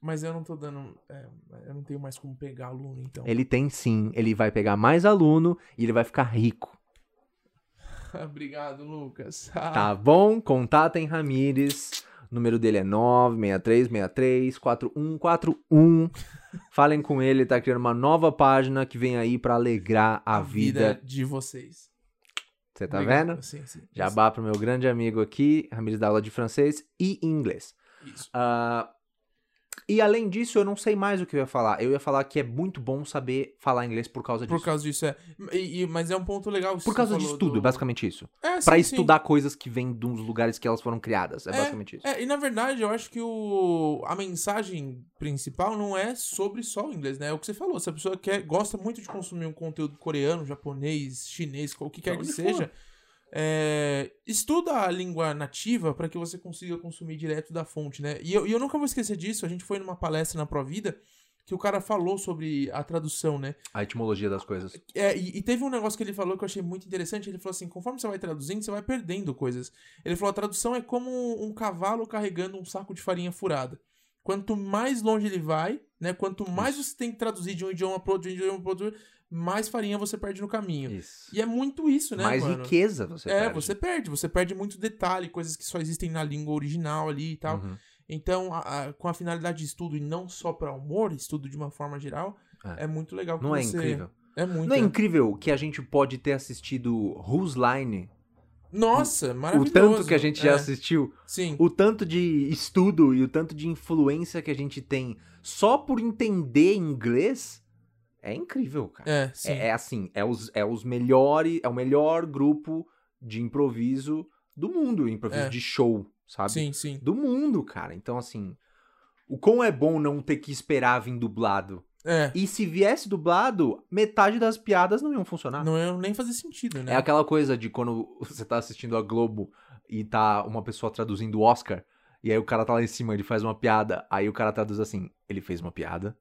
Mas eu não tô dando. é, eu não tenho mais como pegar aluno, então.
Ele tem sim, ele vai pegar mais aluno e ele vai ficar rico.
<laughs> Obrigado, Lucas.
<laughs> Tá bom? Contatem Ramires. O número dele é <laughs> 963634141. Falem com ele, ele tá criando uma nova página que vem aí pra alegrar a, vida.
de vocês.
Você tá
Obrigado.
vendo?
Sim, sim.
Jabá pro meu grande amigo aqui, Ramires dá aula de francês e inglês.
Isso.
Ah, e além disso, eu não sei mais o que eu ia falar. Eu ia falar que é muito bom saber falar inglês por causa disso.
Por causa disso, é. E- e- mas é um ponto legal.
Por causa disso tudo, é basicamente isso.
É,
Pra
sim, sim.
estudar coisas que vêm de uns lugares que elas foram criadas. É,
É,
basicamente isso.
É, e na verdade, eu acho que o, a mensagem principal não é sobre só o inglês, né? É o que você falou. Se a pessoa quer, gosta muito de consumir um conteúdo coreano, japonês, chinês, qual- o que quer que
Onde for.
seja, é, estuda a língua nativa para que você consiga consumir direto da fonte, né? E eu, e eu nunca vou esquecer disso. A gente foi numa palestra na Provida que o cara falou sobre a tradução, né?
A etimologia das coisas.
É, e, e teve um negócio que ele falou que eu achei muito interessante. Ele falou assim: conforme você vai traduzindo, você vai perdendo coisas. Ele falou: a tradução é como um cavalo carregando um saco de farinha furada. Quanto mais longe ele vai, né? Quanto mais você tem que traduzir de um idioma para outro, de um idioma para outro, mais farinha você perde no caminho.
Isso.
E é muito isso, né,
Mais
mano?
riqueza você
é,
perde.
você perde. Você perde muito detalhe, coisas que só existem na língua original ali e tal.
Uhum.
Então, a- a- com a finalidade de estudo e não só para humor, estudo de uma forma geral,
É.
é, muito legal. que
Não é
você-
incrível?
É muito.
Não é
é.
incrível que a gente pode ter assistido Whose Line?
Nossa,
O
maravilhoso.
tanto que a gente já
É,
assistiu,
Sim.
o tanto de estudo e o tanto de influência que a gente tem só por entender inglês é incrível, cara.
É, sim.
É, é assim, é os, é os melhores, é o melhor grupo de improviso do mundo, improviso
É.
de show, sabe?
sim, sim.
Do mundo, cara. Então, assim, o quão é bom não ter que esperar vir dublado.
É.
E se viesse dublado, metade das piadas não iam funcionar.
Não é nem fazer sentido, <laughs> né?
É aquela coisa de quando <laughs> você tá assistindo a Globo e tá uma pessoa traduzindo o Oscar, e aí o cara tá lá em cima, ele faz uma piada, aí o cara traduz assim, ele fez uma piada.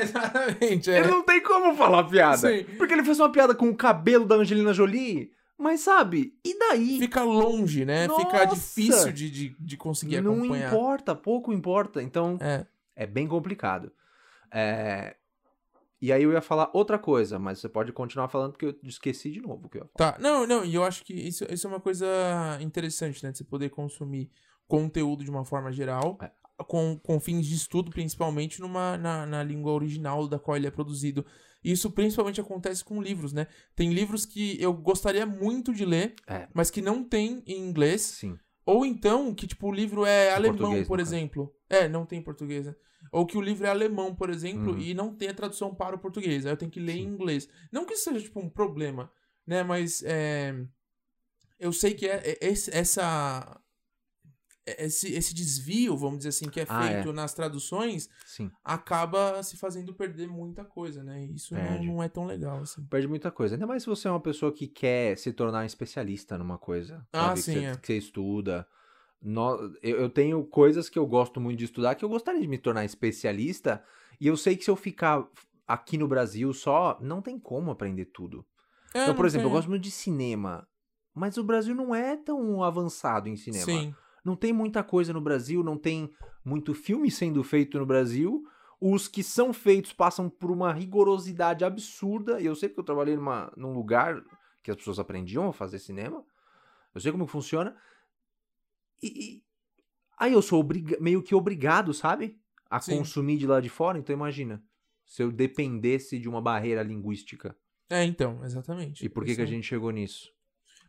Exatamente. É.
Ele não tem como falar piada.
Sim.
Porque ele fez uma piada com o cabelo da Angelina Jolie, mas sabe, e daí?
Fica longe, né? Fica
Nossa!
difícil de, de, de conseguir
Não
acompanhar.
importa, pouco importa. Então,
É.
é bem complicado. É, E aí eu ia falar outra coisa, mas você pode continuar falando porque eu esqueci de novo. o Que eu... ia falar.
Tá. Não, não, e eu acho que isso, isso é uma coisa interessante, né? De você poder consumir conteúdo de uma forma geral,
É.
com, com fins de estudo, principalmente numa, na, na língua original da qual ele é produzido. Isso principalmente acontece com livros, né? Tem livros que eu gostaria muito de ler,
É.
mas que não tem em inglês.
Sim.
Ou então que, tipo, o livro é alemão,
português,
por
no caso.
exemplo. É, não tem em português, né? Ou que o livro é alemão, por exemplo,
Uhum.
e não tem a tradução para o português. Aí eu tenho que ler em
Sim.
inglês. Não que isso seja, tipo, um problema, né? Mas é, eu sei que é, é- esse, essa... é- Esse, esse desvio, vamos dizer assim, que é
Ah,
feito nas traduções,
Sim.
acaba se fazendo perder muita coisa, né? E Isso não,
Perde.
não é tão legal, assim.
Perde muita coisa. Ainda mais se você é uma pessoa que quer se tornar especialista numa coisa.
Ah,
sabe? Que
sim,
você-
é.
Que você estuda. No- eu, eu tenho coisas que eu gosto muito de estudar que eu gostaria de me tornar especialista. E eu sei que se eu ficar aqui no Brasil só, não tem como aprender tudo.
É,
então, por
não
exemplo, eu
tem-
gosto muito de cinema. Mas o Brasil não é tão avançado em cinema.
Sim,
Não tem muita coisa no Brasil, não tem muito filme sendo feito no Brasil. Os que são feitos passam por uma rigorosidade absurda. E eu sei porque eu trabalhei numa- num lugar que as pessoas aprendiam a fazer cinema. Eu sei como que funciona. E, e- aí eu sou obriga- meio que obrigado, sabe? A
Sim.
consumir de lá de fora. Então imagina, se eu dependesse de uma barreira linguística.
é, então, exatamente.
E por que, que a
Isso-
gente chegou nisso?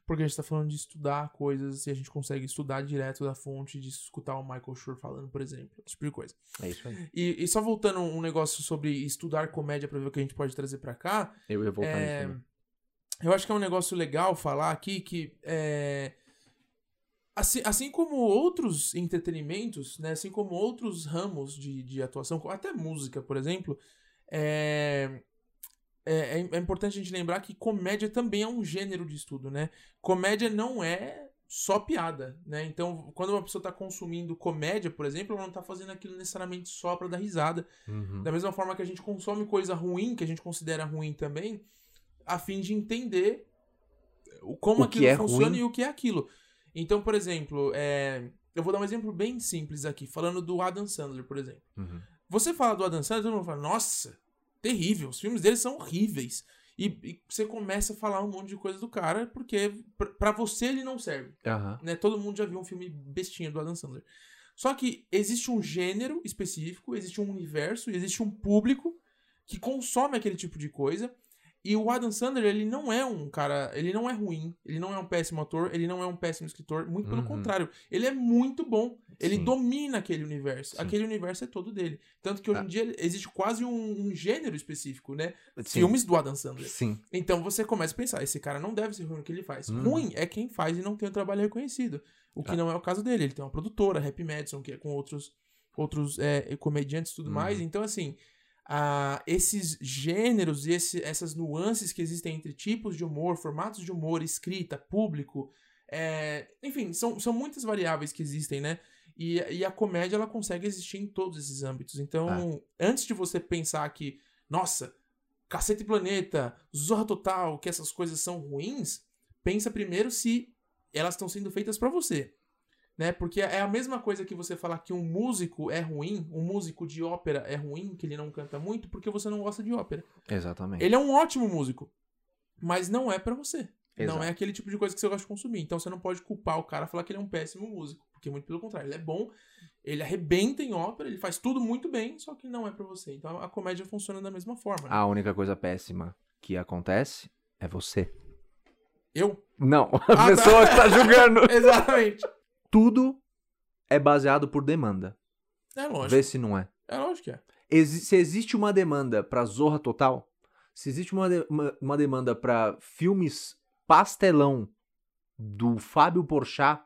Porque a gente tá falando de estudar coisas e a gente consegue estudar direto da fonte, de escutar o Michael Schur falando, por exemplo, esse tipo de coisa.
É isso aí.
E, e só voltando um negócio sobre estudar comédia pra ver o que a gente pode trazer pra cá,
Eu ia voltar nisso
é,
também.
eu acho que é um negócio legal falar aqui que é, assim, assim como outros entretenimentos, né, assim como outros ramos de, de atuação, co- até música, por exemplo, é, é, é- é importante a gente lembrar que comédia também é um gênero de estudo, né? Comédia não é só piada, né? Então, quando uma pessoa está consumindo comédia, por exemplo, ela não está fazendo aquilo necessariamente só para dar risada.
Uhum.
Da mesma forma que a gente consome coisa ruim, que a gente considera ruim também, a fim de entender o- como
O que
aquilo
é
funciona
ruim.
e o que é aquilo. Então, por exemplo, é, eu vou dar um exemplo bem simples aqui, falando do Adam Sandler, por exemplo.
Uhum.
Você fala do Adam Sandler, todo mundo fala, nossa, terrível, os filmes dele são horríveis. E, e você começa a falar um monte de coisa do cara, porque pra- pra você ele não serve
Aham.
né? Todo mundo já viu um filme bestinha do Adam Sandler. Só que existe um gênero específico, existe um universo, e existe um público que consome aquele tipo de coisa. E o Adam Sandler, ele não é um cara, ele não é ruim, ele não é um péssimo ator, ele não é um péssimo escritor, muito pelo
Uhum.
contrário. Ele é muito bom, ele
Sim.
domina aquele universo,
Sim.
aquele universo é todo dele. Tanto que hoje
Ah.
em dia existe quase um, um gênero específico, né?
Sim.
Filmes do Adam Sandler.
Sim.
Então você começa a pensar, esse cara não deve ser ruim no que ele faz.
Uhum.
Ruim é quem faz e não tem o trabalho reconhecido. O que
Ah.
não é o caso dele. Ele tem uma produtora, Happy Madison, que é com outros, outros é, comediantes e tudo
Uhum.
mais. Então, assim, ah, esses gêneros e esse- essas nuances que existem entre tipos de humor, formatos de humor, escrita, público, é, enfim, são, são muitas variáveis que existem, né? E, e a comédia ela consegue existir em todos esses âmbitos. Então,
Ah.
antes de você pensar que, nossa, Cacete e Planeta, Zorra Total, que essas coisas são ruins, pensa primeiro se elas estão sendo feitas pra você. né? Porque é a mesma coisa que você falar que um músico é ruim, um músico de ópera é ruim, que ele não canta muito, porque você não gosta de ópera.
Exatamente.
Ele é um ótimo músico, mas não é pra você.
Exato.
Não é aquele tipo de coisa que você gosta de consumir. Então você não pode culpar o cara e falar que ele é um péssimo músico, porque muito pelo contrário, ele é bom, ele arrebenta em ópera, ele faz tudo muito bem, só que não é pra você. Então a comédia funciona da mesma forma. né?
A única coisa péssima que acontece é você.
Eu? <laughs>
Não,
tá.
a pessoa
<laughs>
que tá julgando.
Exatamente.
Tudo é baseado por demanda.
É lógico.
Vê se não é.
É lógico que é.
Exi- se existe uma demanda pra Zorra Total, se existe uma, de- uma, uma demanda pra filmes pastelão do Fábio Porchat,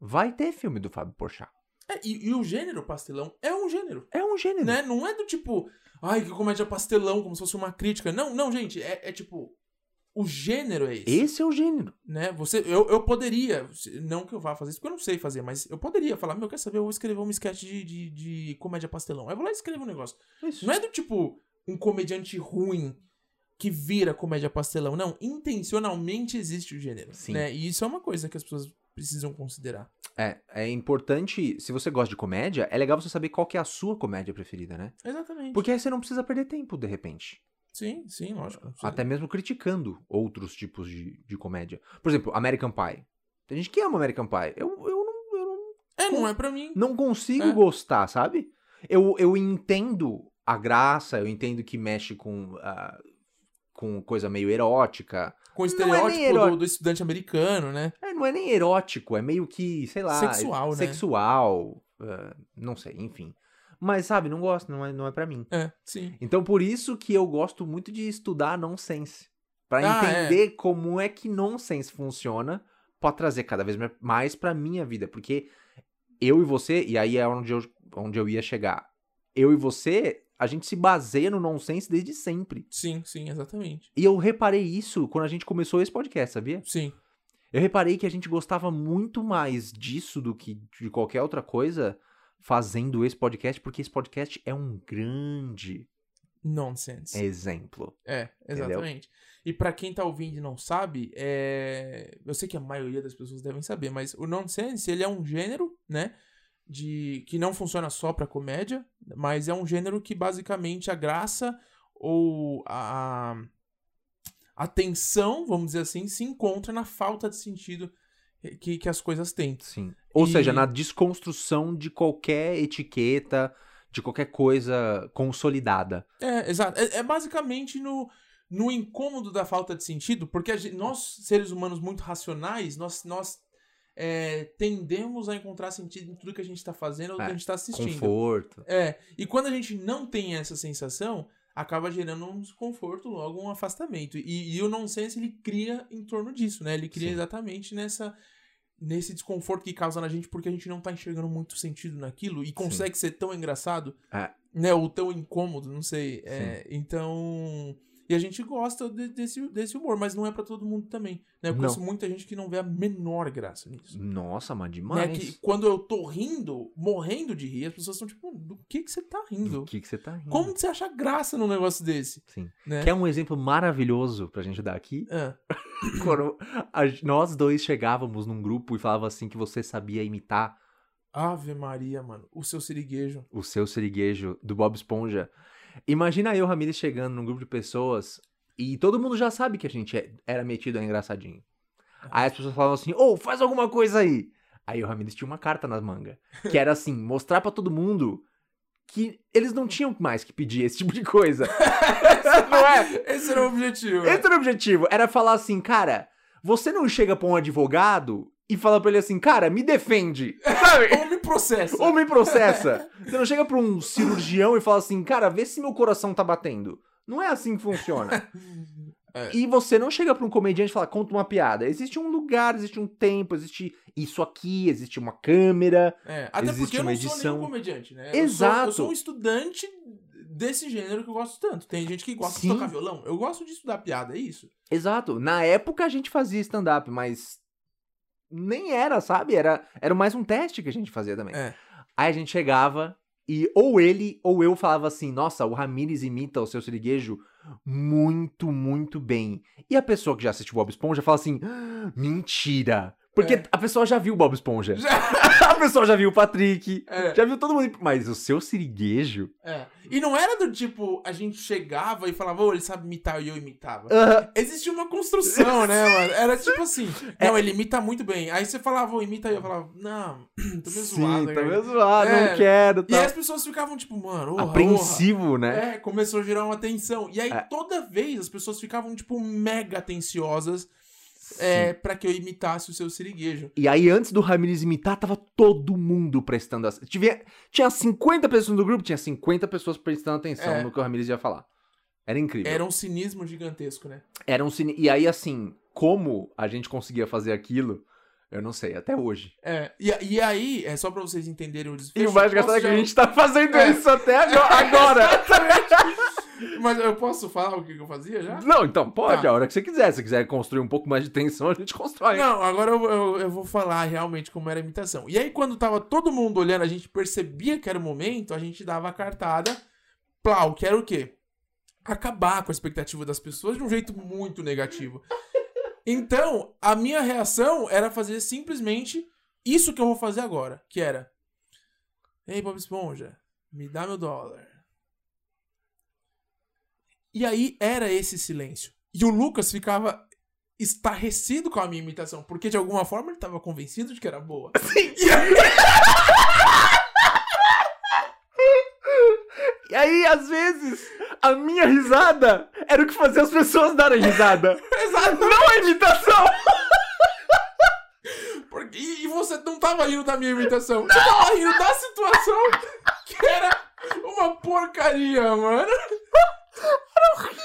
vai ter filme do Fábio Porchat.
É, e, e o gênero pastelão é um gênero,
É um gênero.
né? Não é do tipo, ai, que comédia pastelão, como se fosse uma crítica. Não, não, gente, é, é tipo, o gênero é esse,
Esse é o gênero.
né? Você, eu, eu poderia, não que eu vá fazer isso, porque eu não sei fazer, mas eu poderia falar, meu, quer saber, eu vou escrever um sketch de, de, de comédia pastelão. Aí eu vou lá e escrevo um negócio.
Isso.
Não é do tipo, um comediante ruim que vira comédia pastelão, não. Intencionalmente existe o gênero,
Sim.
né? E isso é uma coisa que as pessoas precisam considerar.
É, é importante, se você gosta de comédia, é legal você saber qual que é a sua comédia preferida, né?
Exatamente.
Porque aí você não precisa perder tempo, de repente.
Sim, sim, lógico.
Até mesmo criticando outros tipos de, de comédia. Por exemplo, American Pie. Tem gente que ama American Pie. Eu, eu, não, eu não,
É, não é pra mim.
não consigo
É.
gostar, sabe? Eu, eu entendo a graça, eu entendo que mexe com, ah, com coisa meio erótica.
Com o
Não é nem
estereótipo do,
erótico.
do estudante americano, né?
É, não é nem erótico, é meio que, sei lá...
Sexual, né?
Sexual, ah, não sei, enfim. Mas, sabe, não gosto, não é, não é pra mim.
É, sim.
Então, por isso que eu gosto muito de estudar nonsense. Pra
Ah, é.
entender como é que nonsense funciona pra trazer cada vez mais pra minha vida. Porque eu e você, e aí é onde eu, onde eu ia chegar. Eu e você, a gente se baseia no nonsense desde sempre.
Sim, sim, exatamente.
E eu reparei isso quando a gente começou esse podcast, sabia?
Sim.
Eu reparei que a gente gostava muito mais disso do que de qualquer outra coisa fazendo esse podcast, porque esse podcast é um grande
Nonsense.
exemplo.
É, exatamente. E pra quem tá ouvindo e não sabe, é... eu sei que a maioria das pessoas devem saber, mas o nonsense, ele é um gênero, né? De... Que não funciona só pra comédia, mas é um gênero que basicamente a graça ou a... a tensão, vamos dizer assim, se encontra na falta de sentido que, que as coisas têm.
Sim. Ou
E-
seja, na desconstrução de qualquer etiqueta, de qualquer coisa consolidada.
É, exato. É, é basicamente no, no incômodo da falta de sentido, porque a gen- nós, seres humanos muito racionais, nós, nós é, tendemos a encontrar sentido em tudo que a gente está fazendo ou
É,
que a gente está assistindo.
Conforto.
É, e quando a gente não tem essa sensação, acaba gerando um desconforto, logo um afastamento. E, e o nonsense, ele cria em torno disso, né? Ele cria
Sim.
exatamente nessa nesse desconforto que causa na gente porque a gente não tá enxergando muito sentido naquilo e consegue ser tão engraçado,
É.
né? Ou tão incômodo, não sei. É, então... E a gente gosta de- desse, desse humor, mas não é pra todo mundo também. Né? Eu
Não.
conheço muita gente que não vê a menor graça nisso.
Nossa, mas
Né,
demais.
que quando eu tô rindo, morrendo de rir, as pessoas estão tipo, do que, que você tá
Do
rindo?
que, que você tá rindo?
Como que você acha graça num negócio desse?
Sim.
Né?
Quer um exemplo maravilhoso pra gente dar
<clears throat>
aqui?
Ah,
Quando a- nós dois chegávamos num grupo e falava assim que você sabia imitar
Ave Maria, mano. O
<laughs>
seu siriguejo.
o seu seriguejo do Bob Esponja. Imagina eu, Ramires, chegando num grupo de pessoas e todo mundo já sabe que a gente é- era metido a engraçadinho. Aí as pessoas falavam assim, ô, faz alguma coisa aí. Aí o Ramires tinha uma carta nas mangas, que era assim, mostrar pra todo mundo que eles não tinham mais que pedir esse tipo de coisa. não é?
Esse era o objetivo.
Esse era o objetivo, era falar assim, cara, você não chega pra um advogado e fala pra ele assim, cara, me defende, sabe?
Ou me processa.
Ou me
<laughs>
processa. Você não chega pra um cirurgião e fala assim, cara, vê se meu coração tá batendo. Não é assim que funciona.
<laughs> É.
E você não chega pra um comediante e fala, conta uma piada. Existe um lugar, existe um tempo, existe isso aqui, existe uma câmera.
É, até
Existe
porque eu não
uma
sou
edição.
nenhum comediante, né? Eu Sou,
Exato.
eu sou um estudante desse gênero que eu gosto tanto. Tem gente que gosta de
Sim.
tocar violão. Eu gosto de estudar piada, é isso? <laughs>
Exato. Na época a gente fazia stand-up, mas nem era, sabe? Era, era mais um teste que a gente fazia também.
É.
Aí a gente chegava e ou ele ou eu falava assim: Nossa, o Ramires imita o seu siriguejo muito, muito bem. E a pessoa que já assistiu Bob Esponja fala assim: "Ah, Mentira! Porque
É.
a pessoa já viu o Bob Esponja.
Já-
a pessoa já viu o Patrick.
É.
Já viu todo mundo. Mas o seu siriguejo.
é. E não era do tipo, a gente chegava e falava, ô, ele sabe imitar e eu imitava.
Aham.
Existia uma
<laughs>
construção, né, mano? Era tipo assim,
É.
não, ele imita muito bem. Aí você falava, ô, imita e eu falava, não, <clears throat> tô meio zoado.
Sim, tá
né, cara?"
meio zoado,
É.
não quero.
E aí
Tá.
as pessoas ficavam tipo, mano, orra, orra.
Apreensivo, né?
É, começou a virar uma tensão. E aí,
É.
toda vez, as pessoas ficavam, tipo, mega atenciosas é, para que eu imitasse o seu siriguejo.
E aí, antes do Ramirez imitar, tava todo mundo prestando atenção. Tinha, tinha 50 pessoas no grupo, tinha 50 pessoas prestando atenção
É.
no que o Ramirez ia falar. Era incrível.
Era um cinismo gigantesco, né?
Era um cine... E aí, assim, como a gente conseguia fazer aquilo, eu não sei, até hoje.
É, e, e aí, é só pra vocês entenderem o desfecho.
E o mais
eu posso
engraçado é que a
já-
gente tá fazendo
É.
isso até <laughs> agora. agora.
Mas eu posso falar o que que eu fazia já?
Não, então pode,
Tá.
a hora que você quiser. Se quiser construir um pouco mais de tensão, a gente constrói.
Não, agora eu, eu, eu vou falar realmente como era a imitação. E aí, quando tava todo mundo olhando, a gente percebia que era o momento, a gente dava a cartada, plau, que era o quê? Acabar com a expectativa das pessoas de um jeito muito negativo. Então, a minha reação era fazer simplesmente isso que eu vou fazer agora, que era... Ei, Bob Esponja, me dá meu dólar. E aí era esse silêncio. E o Lucas ficava estarrecido com a minha imitação, porque de alguma forma ele tava convencido de que era boa. <laughs> E aí,
<laughs> E aí, às vezes, a minha risada era o que fazia as pessoas darem
<laughs>
risada.
exato.
não a imitação!
Porque, e, e você não tava rindo da minha imitação. Você tava rindo da situação que era uma porcaria, mano. Era horrível.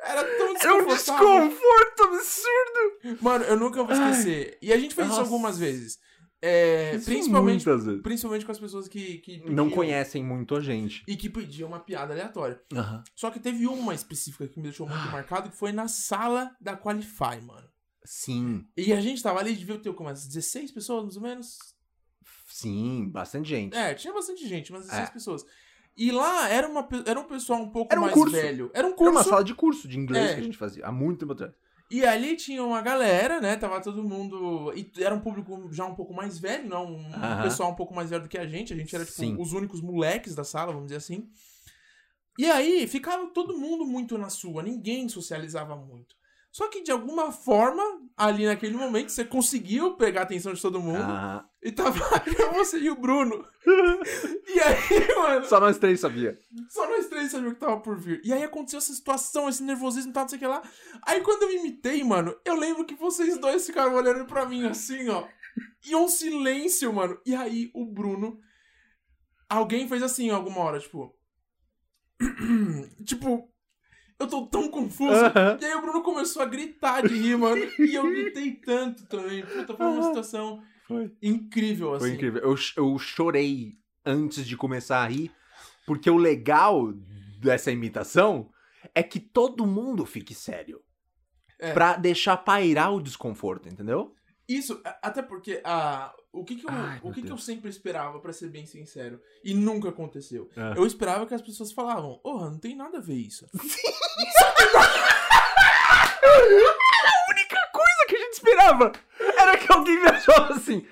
Era tão
Era um
desconfortável.
desconforto absurdo.
Mano, eu nunca vou esquecer. E a gente fez
Nossa.
isso algumas vezes. É,
Isso
principalmente,
muitas vezes.
principalmente com as pessoas que, que
Não
pediam-
conhecem muito a gente.
E que pediam uma piada aleatória.
Aham.
Só que teve uma específica que me deixou muito marcado, que foi na sala da Qualify, mano.
Sim,
E a gente tava ali, devia ter como, umas 16 pessoas, mais ou menos?
sim, bastante gente.
É, tinha bastante gente, umas 16
É.
pessoas. E lá era, uma, pe- era um pessoal um pouco
Era um
mais
curso.
velho. Era um
Era
curso.
uma sala de curso de inglês
É.
que a gente fazia há muito tempo atrás.
E ali tinha uma galera, né? Tava todo mundo. E era um público já um pouco mais velho, não? Um
Aham.
pessoal um pouco mais velho do que a gente. A gente era, tipo,
Sim.
os únicos moleques da sala, vamos dizer assim. E aí ficava todo mundo muito na sua, ninguém socializava muito. Só que de alguma forma, ali naquele momento, você conseguiu pegar a atenção de todo mundo.
Ah,
E tava eu, você e o Bruno. E aí, mano,
só nós três sabia.
só nós três sabíamos o que tava por vir. E aí aconteceu essa situação, esse nervosismo, tal, não sei o que lá. Aí quando eu me imitei, mano, eu lembro que vocês dois ficaram olhando pra mim assim, ó. E um silêncio, mano. E aí o Bruno. Alguém fez assim alguma hora, tipo. <clears throat> tipo. Eu tô tão confuso.
Aham.
E aí o Bruno começou a gritar de rir, mano. E eu gritei tanto também. Puta, foi uma situação
Foi.
incrível, assim.
Foi incrível. Eu, ch- eu chorei antes de começar a rir, porque o legal dessa imitação é que todo mundo fique sério.
É.
Pra deixar pairar o desconforto, entendeu?
Isso, a- até porque a o que que eu,
Ai,
o
meu
que que eu
Deus.
sempre esperava, pra ser bem sincero, e nunca aconteceu.
É.
Eu esperava que as pessoas falavam: "Porra, não tem nada a
<laughs>
ver isso".
A única coisa que a gente esperava era que alguém me achasse assim.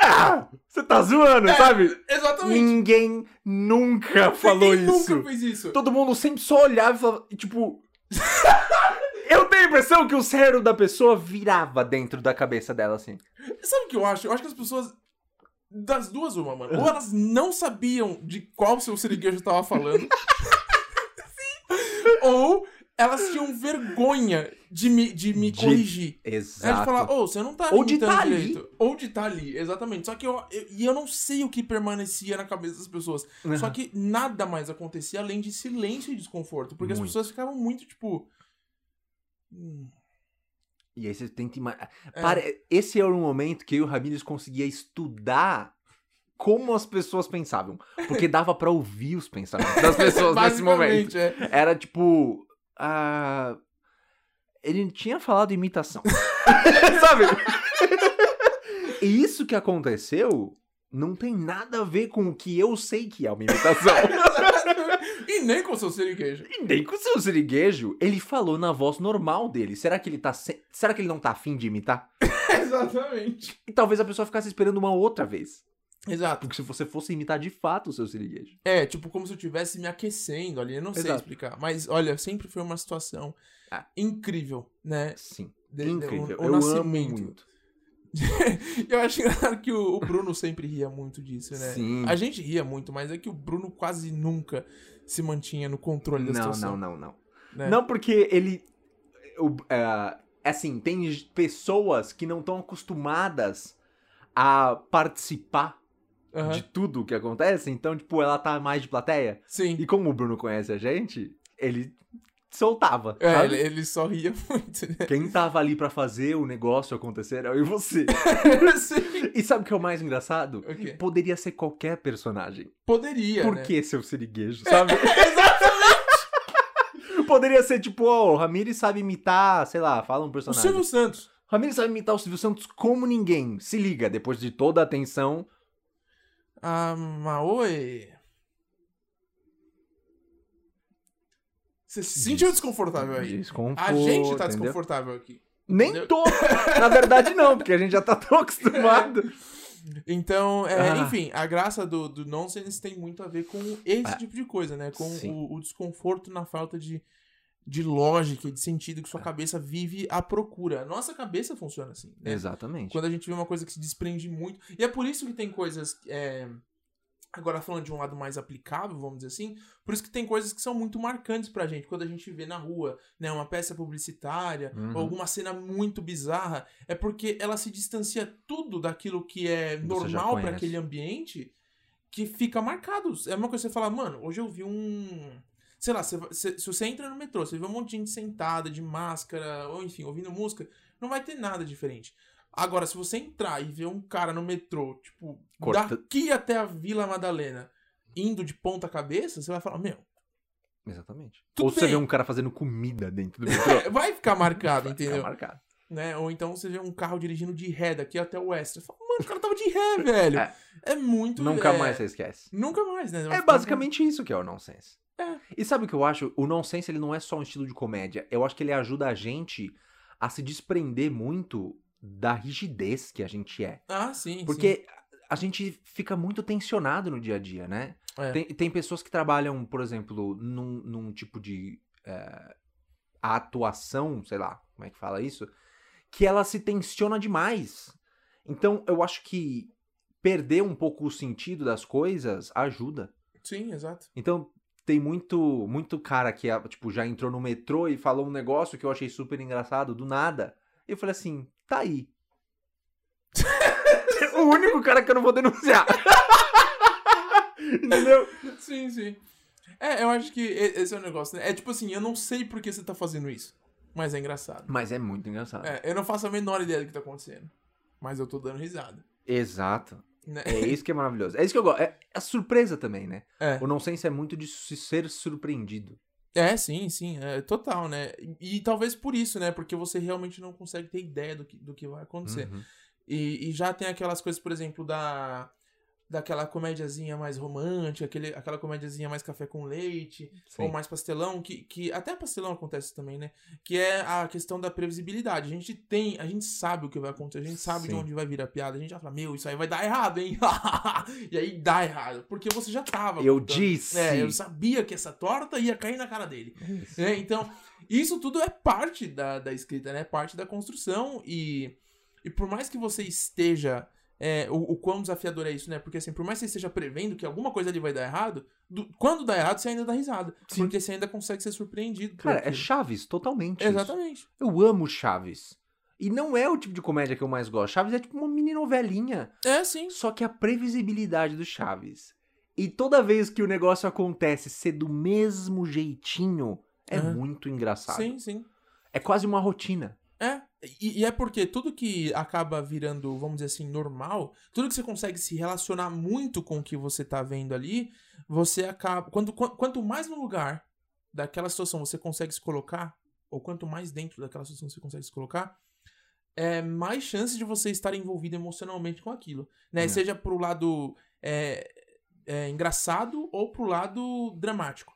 Ah, você tá zoando,
É,
sabe?
Exatamente.
Ninguém nunca falou
Ninguém
isso.
Nunca fez isso.
Todo mundo sempre só olhava e falava, e, tipo. <laughs> eu tenho a impressão que o cérebro da pessoa virava dentro da cabeça dela, assim.
Sabe o que eu acho? Eu acho que as pessoas das duas uma, mano.
É.
Ou elas não sabiam de qual seu seriguejo
<laughs>
tava falando. Ou elas tinham vergonha de me, de me
De-
corrigir. É de falar,
Exato.
ô, você não tá
Ou de
imitando
tá ali.
direito. Ou de tá ali, exatamente. Só que eu, eu- e eu não sei o que permanecia na cabeça das pessoas.
Uhum.
Só que nada mais acontecia além de silêncio e desconforto. Porque as
Muito.
pessoas ficavam muito, tipo.
<laughs>
hum,
E aí você tenta imaginar.
É.
Esse era um momento que eu e o Ramírez conseguia estudar como as pessoas pensavam.
<laughs>
Porque dava pra ouvir os pensamentos das pessoas nesse momento.
basicamente, é. <laughs>
Era tipo. ah, Ele não tinha falado
<laughs>
imitação. Sabe? E isso que aconteceu não tem nada a ver com o que eu sei que é uma imitação.
e nem com
<laughs>
seu seriguejo.
E nem com o seu siriguejo, ele falou na voz normal dele. Será que ele tá. se- Será que ele não tá afim de imitar?
Exatamente.
E talvez a pessoa ficasse esperando uma outra vez.
Exato.
Porque se você fosse imitar de fato o seu siriguejo.
É, tipo, como se eu estivesse me aquecendo ali. Eu não sei
Exato.
explicar. Mas, olha, sempre foi uma situação
Ah.
incrível, né?
É, Sim.
De- de-
Incrível.
o- o
eu amo
é um nascimento.
muito.
<laughs> Eu acho engraçado que o, o Bruno sempre ria muito disso, né?
Sim.
A gente ria muito, mas é que o Bruno quase nunca se mantinha no controle da
Não,
situação.
não, não, não.
Né?
Não porque ele. o- é, assim, tem j- pessoas que não estão acostumadas a participar
Aham.
de tudo que acontece, então, tipo, ela tá mais de plateia.
Sim.
E como o Bruno conhece a gente, ele soltava.
É,
sabe?
ele, ele só ria
<laughs>
muito, né?
Quem tava ali pra fazer o negócio acontecer era eu e você.
Sim.
e sabe o que é o mais engraçado?
O quê?
Poderia ser qualquer personagem.
Poderia,
Por
né?
que seu siriguejo,
<laughs>
sabe? <laughs> Poderia ser tipo, ó, o Ramirez sabe imitar, sei lá, fala um
O
personagem.
Silvio Santos.
Ramirez sabe imitar o Silvio Santos como ninguém. Se liga, depois de toda a atenção.
Ah, Maoi. Você se sentiu desconfortável aí?
Desconforto,
A gente tá
entendeu?
desconfortável aqui.
Nem
entendeu?
tô. Na verdade, não, porque a gente já tá tão acostumado.
Então, é,
Ah.
enfim, a graça do, do nonsense tem muito a ver com esse
Ah,
tipo de coisa, né? Com
sim.
o, o desconforto na falta de, de lógica e de sentido que
Ah.
sua cabeça vive à procura. A nossa cabeça funciona assim, né?
Exatamente.
Quando a gente vê uma coisa que se desprende muito. E é por isso que tem coisas. é, Agora, falando de um lado mais aplicável, vamos dizer assim, por isso que tem coisas que são muito marcantes pra gente. Quando a gente vê na rua, né, uma peça publicitária
Uhum.
ou alguma cena muito bizarra, é porque ela se distancia tudo daquilo que é
Você já
normal pra
conhece.
aquele ambiente que fica marcado. É uma coisa que você fala, mano, hoje eu vi um. Sei lá, você vai- se, se você entra no metrô, você vê um monte de gente sentada, de máscara, ou enfim, ouvindo música, não vai ter nada diferente. Agora, se você entrar e ver um cara no metrô, tipo,
Corta-
daqui até a Vila Madalena, indo de ponta cabeça, você vai falar, meu,
Exatamente.
Tudo
Ou você vê
bem.
um cara fazendo comida dentro do metrô.
vai ficar <laughs> marcado,
Vai ficar
entendeu?
marcado.
Né? Ou então você vê um carro dirigindo de ré daqui até o oeste. Você fala, mano, o cara tava de ré, velho.
<laughs> É.
É, muito.
Nunca
é,
mais você esquece.
Nunca mais, né? Vai
É
ficar-
basicamente isso que é o nonsense.
É.
E sabe o que eu acho? O nonsense ele não é só um estilo de comédia. Eu acho que ele ajuda a gente a se desprender muito da rigidez que a gente é.
Ah, sim. sim.
Porque a gente fica muito tensionado no dia a dia, né?
É.
Tem, tem pessoas que trabalham, por exemplo, num, num tipo de eh, atuação, sei lá, como é que fala isso, que ela se tensiona demais. Então, eu acho que perder um pouco o sentido das coisas ajuda.
Sim, exato. <laughs>
Então, tem muito, muito cara que, ah, tipo, já entrou no metrô e falou um negócio que eu achei super engraçado, do nada. E eu falei assim, tá
<laughs>
aí. o único cara que eu não vou denunciar. Entendeu?
Sim, sim. É, eu acho que e- esse é o negócio, né? É tipo assim, eu não sei por que você tá fazendo isso, mas é engraçado.
Mas é muito engraçado.
É, eu não faço a menor ideia do que tá acontecendo, mas eu tô dando risada,
Exato.
né?
É isso que é maravilhoso. É isso que eu gosto. É a surpresa também, né?
É.
O nonsense é muito de se ser surpreendido.
É, sim, sim, é total, né? E, e talvez por isso, né? Porque você realmente não consegue ter ideia do que, do que vai acontecer.
Uhum.
E, e já tem aquelas coisas, por exemplo, da daquela comédiazinha mais romântica, aquele, aquela comédiazinha mais café com leite,
Sim.
ou mais pastelão, que, que até pastelão acontece também, né? Que é a questão da previsibilidade. A gente tem, a gente sabe o que vai acontecer, a gente sabe de
Sim.
onde vai vir a piada, a gente já fala, meu, isso aí vai dar errado, hein? <laughs> e aí dá errado, porque você já tava.
Eu
contando.
disse.
É, eu sabia que essa torta ia cair na cara dele.
Isso.
né? Então, isso tudo é parte da, da escrita, né? É parte da construção. E, e por mais que você esteja. é, o, o quão desafiador é isso, né? Porque assim, por mais que você esteja prevendo que alguma coisa ali vai dar errado, do- quando dá errado, você ainda dá risada.
Sim.
Porque você ainda consegue ser surpreendido. por
Cara, é
aquilo.
Chaves, totalmente. isso.
Exatamente.
Eu amo Chaves. E não é o tipo de comédia que eu mais gosto. Chaves é tipo uma mini novelinha.
É, sim.
Só que a previsibilidade do Chaves. E toda vez que o negócio acontece ser do mesmo jeitinho, é
Aham.
muito engraçado.
Sim, sim.
É quase uma rotina.
É. E, e é porque tudo que acaba virando, vamos dizer assim, normal, tudo que você consegue se relacionar muito com o que você tá vendo ali, você acaba. Quanto, quan- quanto mais no lugar daquela situação você consegue se colocar, ou quanto mais dentro daquela situação você consegue se colocar, é mais chance de você estar envolvido emocionalmente com aquilo. Né?
É.
Seja pro lado é, é, engraçado ou pro lado dramático.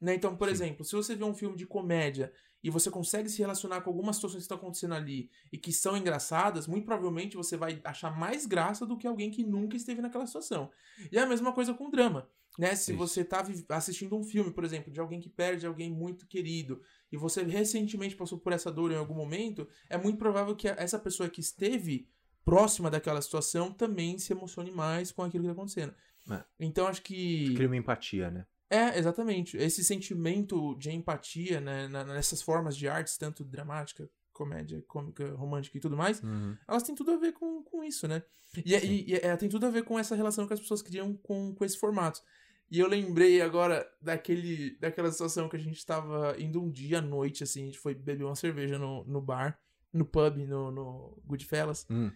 Né? Então, por
Sim.
exemplo, se você vê um filme de comédia e você consegue se relacionar com algumas situações que estão acontecendo ali e que são engraçadas, muito provavelmente você vai achar mais graça do que alguém que nunca esteve naquela situação. E é a mesma coisa com drama. Né? Se
Isso.
você tá vi- assistindo um filme, por exemplo, de alguém que perde alguém muito querido, e você recentemente passou por essa dor em algum momento, é muito provável que a- essa pessoa que esteve próxima daquela situação também se emocione mais com aquilo que tá acontecendo.
É.
Então acho que.
Cria uma empatia, né?
É, exatamente. Esse sentimento de empatia, né, na- nessas formas de artes, tanto dramática, comédia, cômica, romântica e tudo mais, elas têm tudo a ver com, com isso, né? E, é- e- e é- tem tudo a ver com essa relação que as pessoas criam com, com esse formato. E eu lembrei agora daquele, daquela situação que a gente tava indo um dia à noite, assim, a gente foi beber uma cerveja no, no bar, no pub, no, no Goodfellas,
Hum.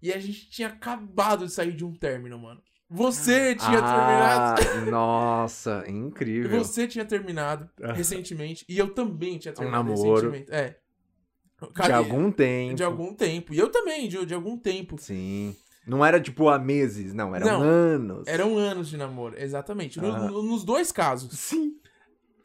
e a gente tinha acabado de sair de um término, mano. Você tinha terminado.
ah, <laughs> nossa, incrível.
Você tinha terminado
Ah. Um
recentemente e eu também tinha terminado
namoro.
recentemente. É.
De
Cara,
algum tempo.
de algum tempo. E eu também, de, de algum tempo.
Sim. Não era tipo há meses, não, eram
Não.
anos.
Eram anos de namoro, exatamente. No-
Ah.
no- nos dois casos.
Sim.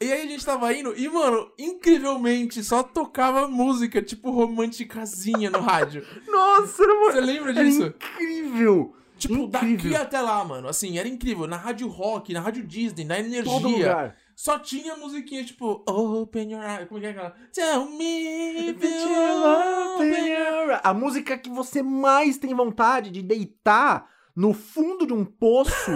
E aí a gente tava indo e, mano, incrivelmente só tocava música, tipo romanticazinha no
<laughs>
rádio.
Nossa, era, uma...
Você lembra
era
disso?
incrível.
Tipo, daqui
incrível.
até lá, mano. Assim, era incrível. Na rádio rock, na rádio Disney, na energia.
Todo lugar.
Só tinha musiquinha tipo Open your eyes. Como é que é aquela? Tell me if
If you
you
open
open
your eyes. A música que você mais tem vontade de deitar no fundo de um
<laughs>
poço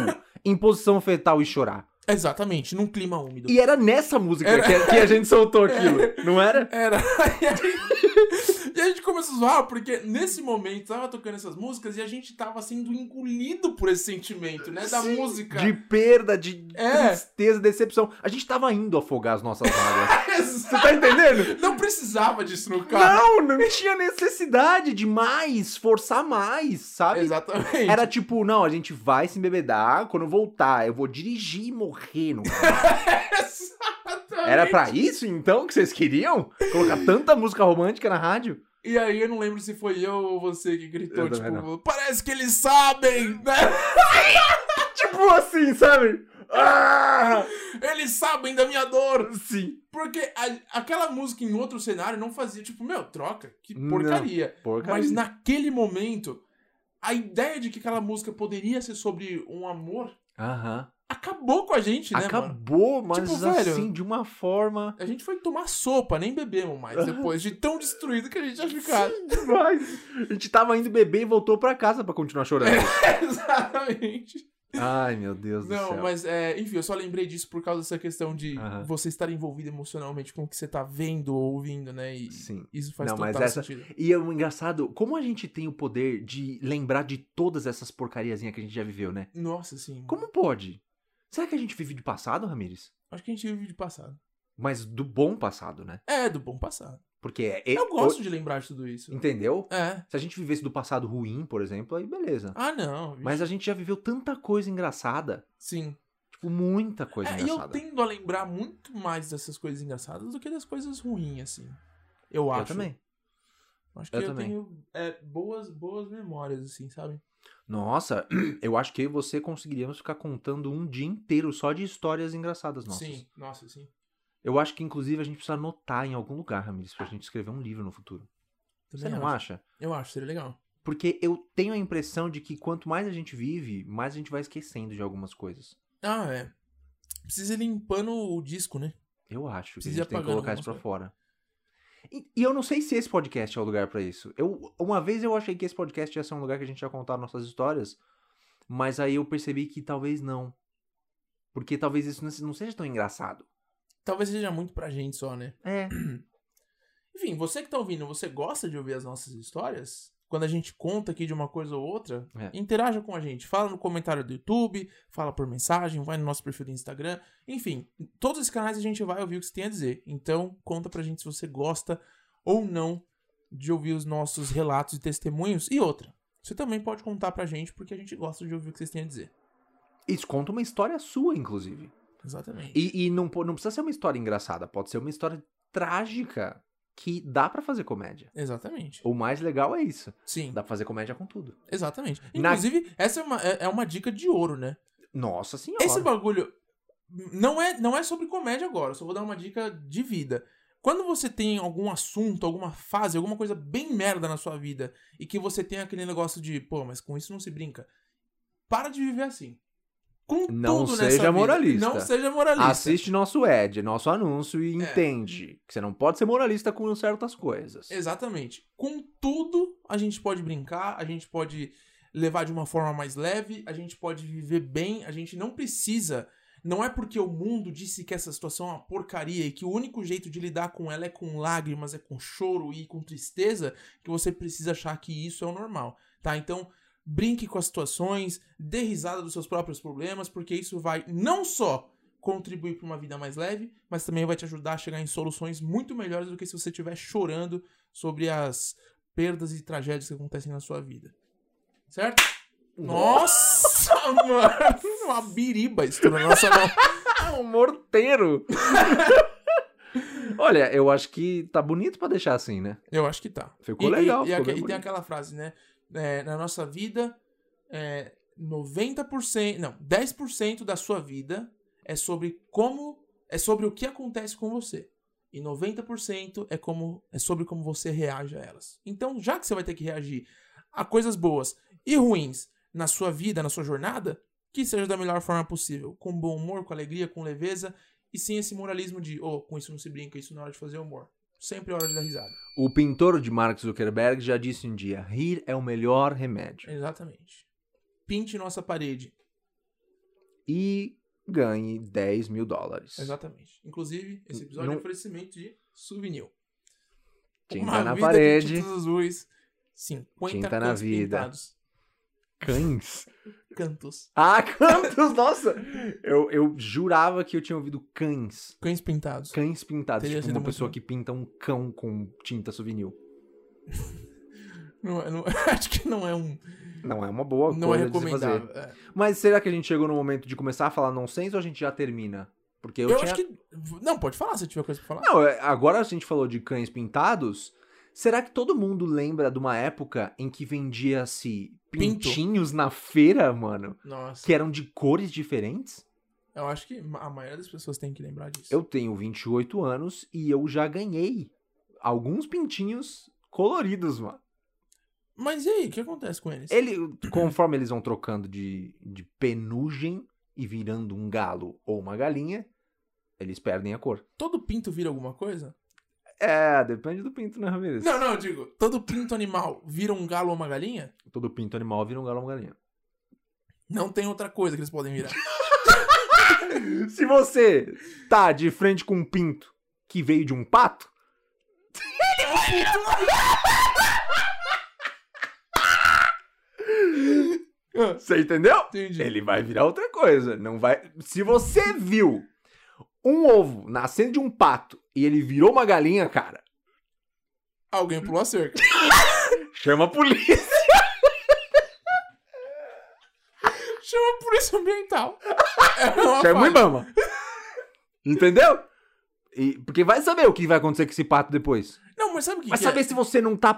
em posição fetal e chorar.
Exatamente, num clima úmido.
E era nessa música
Era. É.
Que, que a gente soltou aquilo, não era?
Era. <laughs> E, aí, e a gente começou a zoar, porque nesse momento tava tocando essas músicas e a gente tava sendo engolido por esse sentimento, né? Da
Sim,
música.
De perda, de
É.
tristeza, decepção. A gente tava indo afogar as nossas
<laughs>
mágoas.
<laughs> Exa-
Você tá entendendo?
Não precisava disso no carro.
Não, não tinha necessidade de mais, forçar mais, sabe?
Exatamente.
Era tipo, não, a gente vai se embebedar, quando eu voltar, eu vou dirigir e
<laughs>
morrer no carro.
Exatamente.
Era pra isso, então, que vocês queriam? Colocar tanta música romântica na rádio?
E aí eu não lembro se foi eu ou você que gritou,
Eu também
tipo, parece que eles sabem, né?
<laughs> Tipo assim, sabe? Ah!
Eles sabem da minha dor.
Sim.
Porque a- aquela música em outro cenário não fazia, tipo, meu, troca, que
Não,
porcaria.
Porcaria.
Mas naquele momento, a ideia de que aquela música poderia ser sobre um amor
Aham.
acabou com a gente, né, mano?
Acabou, mas
Tipo, velho-
assim, de uma forma...
A gente foi tomar sopa, nem bebemos mais depois, de tão destruído que a gente tinha
<laughs>
ficado.
Demais. A gente tava indo beber e voltou pra casa pra continuar chorando. <laughs>
Exatamente.
Ai, meu Deus do
Não,
céu.
mas, é, enfim, eu só lembrei disso por causa dessa questão de
Aham.
você estar envolvido emocionalmente com o que você tá vendo ou ouvindo, né? E
Sim.
isso faz
Não,
total
mas essa-
sentido.
E é um engraçado, como a gente tem o poder de lembrar de todas essas porcariazinhas que a gente já viveu, né?
Nossa, sim.
Como pode? Será que a gente vive de passado, Ramires?
Acho que a gente vive de passado.
Mas do bom passado, né?
É, do bom passado.
Porque é. é-
Eu gosto de lembrar de tudo isso.
Entendeu?
É.
Se a gente vivesse do passado ruim, por exemplo, aí beleza.
Ah, não. vixe.
Mas a gente já viveu tanta coisa engraçada.
Sim.
Tipo, muita coisa
É, e eu
engraçada.
tendo a lembrar muito mais dessas coisas engraçadas do que das coisas ruins, assim. Eu
Eu
acho.
também.
Acho que eu,
Eu também.
tenho é, boas, boas memórias, assim, sabe?
Nossa, <clears throat> eu acho que eu e você conseguiríamos ficar contando um dia inteiro só de histórias engraçadas nossas.
Sim, nossa, sim.
Eu acho que, inclusive, a gente precisa anotar em algum lugar, Ramires, pra gente escrever um livro no futuro. Você
Também
não
acho.
acha?
Eu acho, seria legal.
Porque eu tenho a impressão de que quanto mais a gente vive, mais a gente vai esquecendo de algumas coisas.
Ah, é. Precisa ir limpando o disco, né?
Eu acho que a
Precisa ir
gente tem que
apagando
colocar isso pra
algumas
fora. E, e eu não sei se esse podcast é o lugar pra isso. Eu, uma vez eu achei que esse podcast ia ser um lugar que a gente ia contar nossas histórias, mas aí eu percebi que talvez não. Porque talvez isso não se- não seja tão engraçado.
Talvez seja muito pra gente só, né?
É.
Enfim, você que tá ouvindo, você gosta de ouvir as nossas histórias? Quando a gente conta aqui de uma coisa ou outra,
É.
interaja com a gente. Fala no comentário do YouTube, fala por mensagem, vai no nosso perfil do Instagram. Enfim, em todos os canais a gente vai ouvir o que você tem a dizer. Então, conta pra gente se você gosta ou não de ouvir os nossos relatos e testemunhos. E outra, você também pode contar pra gente, porque a gente gosta de ouvir o que vocês têm a dizer.
Isso conta uma história sua, inclusive.
Exatamente.
E, e não, po- não precisa ser uma história engraçada, pode ser uma história trágica que dá pra fazer comédia.
Exatamente.
O mais legal é isso.
Sim,
Dá pra fazer comédia com tudo.
exatamente.
Na-
Inclusive, essa é uma, é- é uma dica de ouro, né?
Nossa senhora.
Esse bagulho não é, não é sobre comédia agora, eu só vou dar uma dica de vida. Quando você tem algum assunto, alguma fase, alguma coisa bem merda na sua vida e que você tem aquele negócio de, pô, mas com isso não se brinca. Para de viver assim. Com
Não
tudo nessa
seja
vida.
moralista. Assim
Não seja moralista.
Assiste nosso ad, nosso anúncio e
É.
entende que você não pode ser moralista com certas coisas.
É, Exatamente. Com tudo, a gente pode brincar, a gente pode levar de uma forma mais leve, a gente pode viver bem, a gente não precisa. Não é porque o mundo disse que essa situação é uma porcaria e que o único jeito de lidar com ela é com lágrimas, é com choro e com tristeza que você precisa achar que isso é o normal, tá? Então, brinque com as situações, dê risada dos seus próprios problemas, porque isso vai não só contribuir para uma vida mais leve, mas também vai te ajudar a chegar em soluções muito melhores do que se você estiver chorando sobre as perdas e tragédias que acontecem na sua vida. Certo? Nossa, <laughs> mano! Uma biriba isso na nossa mão.
Ah, um morteiro! <laughs> Olha, eu acho que tá bonito pra deixar assim, né?
Eu acho que tá.
Ficou legal,
E, e,
ficou bem
e tem
bonito.
aquela frase, né? É, na nossa vida, é, 90%, não, 10% da sua vida é sobre como, é sobre o que acontece com você. E 90% é, como, é sobre como você reage a elas. Então, já que você vai ter que reagir a coisas boas e ruins na sua vida, na sua jornada, que seja da melhor forma possível. Com bom humor, com alegria, com leveza. E sem esse moralismo de, oh, com isso não se brinca, isso não é hora de fazer humor. Sempre é hora de dar risada.
O pintor de Mark Zuckerberg já disse um dia: rir é o melhor
É.
remédio.
Exatamente. Pinte nossa parede.
E ganhe 10 mil dólares.
Exatamente. Inclusive, esse episódio
Não-
é um oferecimento de souvenir.
Tinta na
vida
parede.
De tintas azuis. 50
Tinta na
cantos
vida.
pintados.
Cães.
Cantos.
Ah, <laughs> cantos, nossa! Eu, eu jurava que eu tinha ouvido cães.
Cães pintados.
Cães pintados.
Teria
tipo,
sido
uma
muito
pessoa
bom.
que pinta um cão com tinta souvenir.
Não <laughs> é- não- acho que não é um.
Não é uma boa
não é
coisa de se
recomendável.
fazer.
É.
Mas será que a gente chegou no momento de começar a falar nonsense ou a gente já termina? Porque eu,
Eu,
tinha...
acho que. Não, pode falar se tiver coisa pra falar.
Não, é- agora a gente falou de cães pintados. Será que todo mundo lembra de uma época em que vendia-se
Pinto.
pintinhos na feira, mano?
Nossa.
Que eram de cores diferentes?
Eu acho que a maioria das pessoas tem que lembrar disso.
Eu tenho 28 anos e eu já ganhei alguns pintinhos coloridos, mano.
Mas e aí, o que acontece com eles?
Ele, conforme eles vão trocando de, de penugem e virando um galo ou uma galinha, eles perdem a cor.
Todo pinto vira alguma coisa?
É, depende do pinto, né, Ramirez?
Não, não, eu digo. Todo pinto animal vira um galo ou uma galinha?
Todo pinto animal vira um galo ou uma galinha.
Não tem outra coisa que eles
<laughs>
podem virar.
Se você tá de frente com um pinto que veio de um pato,
Ah,
você entendeu?
Entendi.
Ele vai virar outra coisa. Não vai. Se você viu um ovo nascendo de um pato e ele virou uma galinha, cara,
Alguém pulou a <laughs> cerca.
chama a polícia.
Chama a polícia ambiental. É uma
Chama o
falha.
Ibama. <laughs> Entendeu? E- porque vai saber o que vai acontecer com esse pato depois.
Não, mas sabe o que,
Vai
que
saber
é?
se você não tá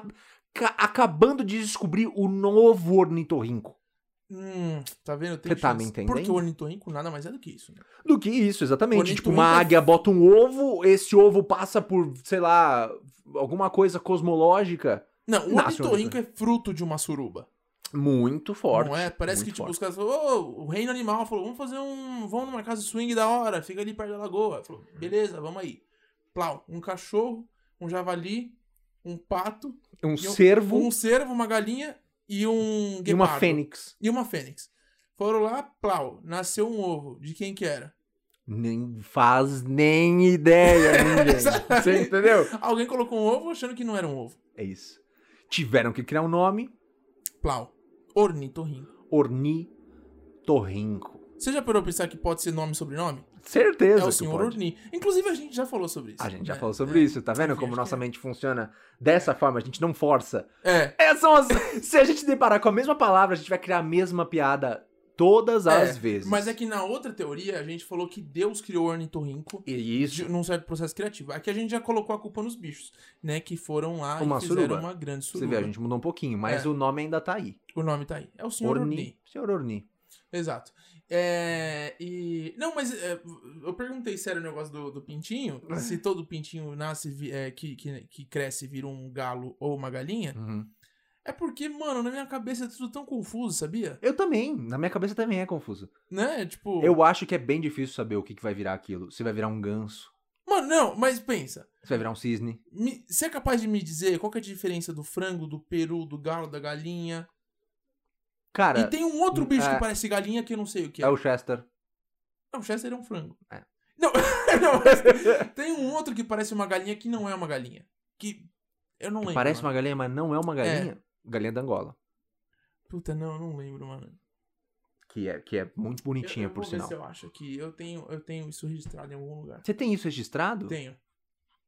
ca- acabando de descobrir o novo ornitorrinco.
Hum, tá vendo? Tem
Você tá
chance.
me entendendo?
Porque o ornitorrinco nada mais é do que isso. Né?
Do que isso, exatamente.
Ornitorrinco
Tipo, uma
é-
águia bota um ovo, esse ovo passa por, sei lá, alguma coisa cosmológica
Não, o
Nasce um
ornitorrinco é fruto de uma suruba.
muito forte.
não é? Parece que
muito
tipo,
forte.
os caras falaram, "Ô, o reino animal falou, vamos fazer um... Vamos numa casa de swing da hora, fica ali perto da lagoa. Falou,
Uhum.
beleza, vamos aí. Plau, um cachorro, um javali, um pato,
um
e um-
cervo
um cervo, uma galinha e um guepardo.
e uma fênix.
e uma fênix. Foram lá, plau, nasceu um ovo. De quem que era?
Nem faz nem ideia,
<laughs>
ninguém.
Exatamente.
Você entendeu?
Alguém colocou um ovo achando que não era um ovo.
É isso. Tiveram que criar um nome,
Plau. Ornitorrinco.
ornitorrinco.
Você já parou pra pensar que pode ser nome e sobrenome?
Certeza
é o
que
senhor
pode.
Orni. Inclusive, a gente já falou sobre isso.
A gente já
né?
falou sobre isso, tá vendo
Enfim,
como
acho
nossa
que
mente funciona? Dessa forma, a gente não força.
É.
É, são
<laughs>
as- Se a gente deparar com a mesma palavra, a gente vai criar a mesma piada todas
É,
as vezes.
Mas é que na outra teoria, a gente falou que Deus criou o ornitorrinco
E isso
de- num certo processo criativo. Aqui a gente já colocou a culpa nos bichos, né? Que foram lá
Uma
e fizeram
suruba.
uma grande
Você
suruba.
vê, a gente mudou um pouquinho, mas
né? É.
o nome ainda tá aí.
O nome tá aí. É o senhor Orni.
Orni. Senhor Orni.
Exato. É, e. Não, mas é, eu perguntei sério o negócio do, do pintinho.
<laughs>
se todo pintinho nasce, vi- é, que, que, que cresce e vira um galo ou uma galinha.
Uhum.
É porque, mano, na minha cabeça é tudo tão confuso, sabia?
Eu também, na minha cabeça também é confuso.
Né? Tipo.
Eu acho que é bem difícil saber o que, que vai virar aquilo. Se vai virar um ganso,
Mano, não, mas pensa.
se vai virar um cisne.
Me- Você é capaz de me dizer qual que é a diferença do frango, do peru, do galo, da galinha?
Cara,
e tem um outro bicho
é-
que parece galinha que eu não sei o que é.
é o Chester.
Não, o Chester é um frango.
É.
Não, <laughs> não, mas tem um outro que parece uma galinha que não é uma galinha. Que eu não lembro.
Parece
mano.
uma galinha, mas não é uma galinha. Galinha da Angola.
Puta, não, eu não lembro, mano.
Que é, que é muito bonitinha,
eu, eu
por
vou ver
sinal.
se eu acho que eu tenho, eu tenho isso registrado em algum lugar.
Você tem isso registrado?
Tenho.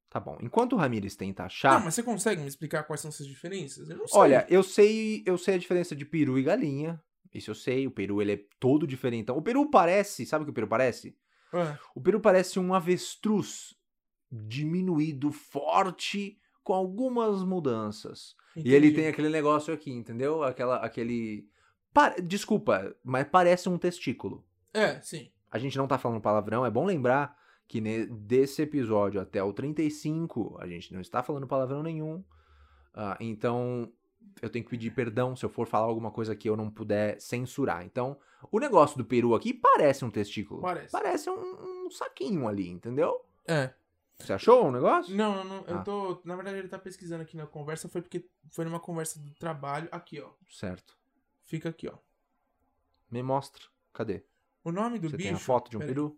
Tá bom. Enquanto o Ramires tenta achar.
Não, mas você consegue me explicar quais são essas diferenças? Eu não sei.
Tá. Olha, eu sei, eu sei a diferença de peru e galinha. Isso eu sei. O peru ele é todo diferente. O peru parece, sabe o que o peru parece?
Ah,
O peru parece um avestruz diminuído, forte, com algumas mudanças. E ele
entendi.
tem aquele negócio aqui, entendeu? Aquela, aquele. Pa- Desculpa, mas parece um testículo.
É, sim.
A gente não tá falando palavrão, é bom lembrar que ne- desse episódio até o 35, a gente não está falando palavrão nenhum. Ah, então, eu tenho que pedir perdão se eu for falar alguma coisa que eu não puder censurar. Então, o negócio do peru aqui parece um testículo.
Parece.
Parece um, um saquinho ali, entendeu?
É.
Você achou o negócio?
Não, não, não,
Ah.
eu tô. Na verdade, ele tá pesquisando aqui na conversa, foi porque foi numa conversa do trabalho. Aqui, ó.
Certo.
Fica aqui, ó.
Me mostra. Cadê?
O nome do
Você
bicho.
tem a foto de um
peraí.
peru?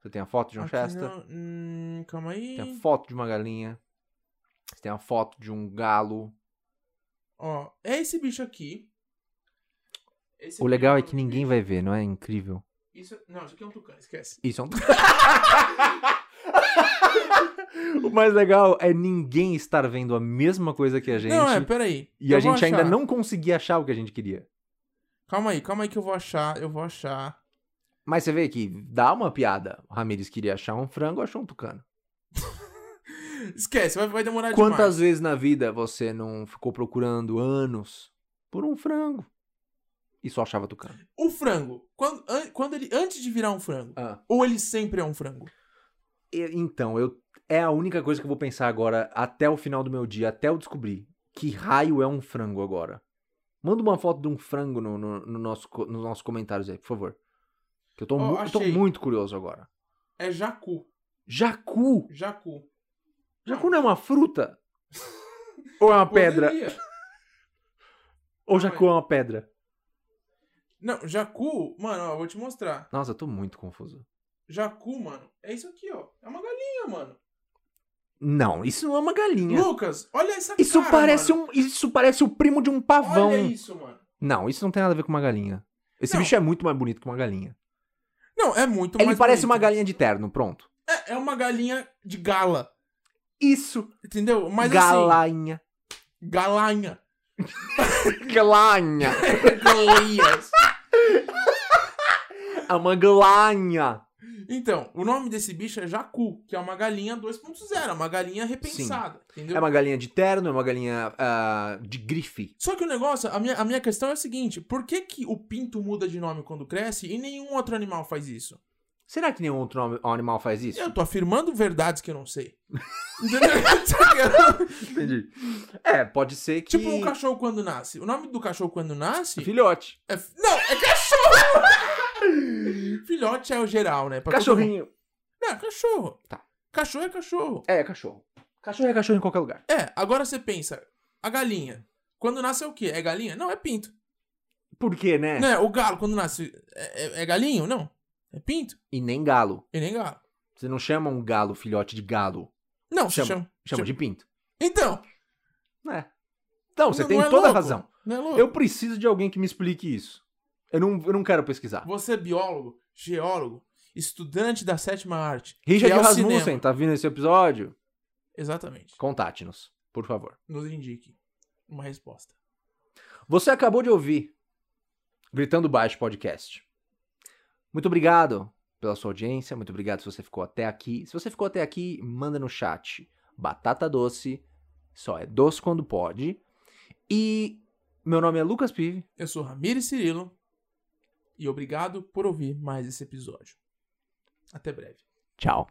Você tem a foto de um
Aqui
chester?
não- hum, calma aí.
Tem a foto de uma galinha. Você tem a foto de um galo.
Ó, é esse bicho aqui. Esse
O
aqui
legal é
um
que ninguém
bicho.
vai ver, não é incrível?
Isso, não, isso aqui é um tucano, esquece.
Isso é um. <laughs> o mais legal é ninguém estar vendo a mesma coisa que a gente.
Não, é, peraí.
E
Eu
a
vou
gente ainda
achar.
não conseguia achar o que a gente queria.
Calma aí, calma aí que eu vou achar, eu vou achar.
Mas você vê que dá uma piada. O Ramirez queria achar um frango, achou um tucano.
Esquece, vai, vai demorar
Quantas
É demais.
vezes na vida você não ficou procurando anos por um frango e só achava tucano?
O frango, quando, an- quando ele, antes de virar um frango,
Ah.
ou ele sempre é um frango?
E- Então, eu é a única coisa que eu vou pensar agora até o final do meu dia, até eu descobrir que raio é um frango agora. Manda uma foto de um frango no, no, no nosso, co- nos nossos comentários aí, por favor. Que eu tô,
Ó,
mu- eu tô
achei.
muito curioso agora.
É jacu,
Jacu!
jacu.
Jacu não é uma
<laughs>
fruta? Ou é uma pedra?
Poderia.
Ou jacu é uma pedra?
Não, jacu, mano, ó, eu vou te mostrar.
Nossa, eu tô muito confuso.
Jacu, mano, é isso aqui, ó. É uma galinha, mano.
Não, isso não é uma galinha.
Lucas, olha essa
Isso
cara,
parece
mano.
um. Isso parece o primo de um pavão.
Olha isso, mano.
Não, isso não tem nada a ver com uma galinha. Esse
Não.
bicho é muito mais bonito que uma galinha.
Não, é muito
Ele
mais
parece
bonito.
uma galinha de terno, pronto.
É, é uma galinha de gala,
Isso,
entendeu? Mas assim,
galanha. <laughs>
galanha. <laughs>
Galanha.
Galinhas.
É uma galanha.
Então, o nome desse bicho é jacu, que é uma galinha 2.0, uma galinha repensada, entendeu?
É uma galinha de terno, é uma galinha ah, de grife.
Só que o negócio, a minha, a minha questão é a seguinte, por que que o pinto muda de nome quando cresce e nenhum outro animal faz isso?
Será que nenhum outro nome- animal faz isso?
Eu tô afirmando verdades que eu não sei.
<laughs>
Entendeu?
Entendi. É, pode ser que...
<laughs> tipo um cachorro quando nasce. O nome do cachorro quando nasce
Filhote.
É f- Não, é cachorro!
<laughs>
Filhote é o geral, né? Pra todo
Cachorrinho.
mundo. Não, é cachorro.
Tá.
Cachorro é cachorro.
É, cachorro. Cachorro é cachorro em qualquer lugar.
É, agora você pensa, a galinha. Quando nasce é o quê? É galinha? Não, é pinto.
Por quê, né?
Né? O galo, quando nasce, é, é- é galinho? Não. É pinto.
E nem galo.
E nem galo.
Você não chama um galo filhote de galo.
Não, se
Chama-
chama.
Chama
chama-
de pinto.
Então,
É. Então, você
Não-
tem
não é
toda a
louco?
razão.
não é louco?
Eu preciso de alguém que me explique isso. Eu não, eu não quero pesquisar.
Você é biólogo, geólogo, estudante da sétima arte. que
Richard
é o
Rasmussen,
cinema.
tá vindo esse episódio?
Exatamente.
Contate-nos, por favor.
Nos indique uma resposta.
Você acabou de ouvir Gritando Baixo Podcast. Muito obrigado pela sua audiência, muito obrigado se você ficou até aqui. Se você ficou até aqui, manda no chat. Batata doce, só é doce quando pode. E meu nome é Lucas Pive
Eu sou Ramiro Cirilo. e obrigado por ouvir mais esse episódio. Até breve.
Tchau.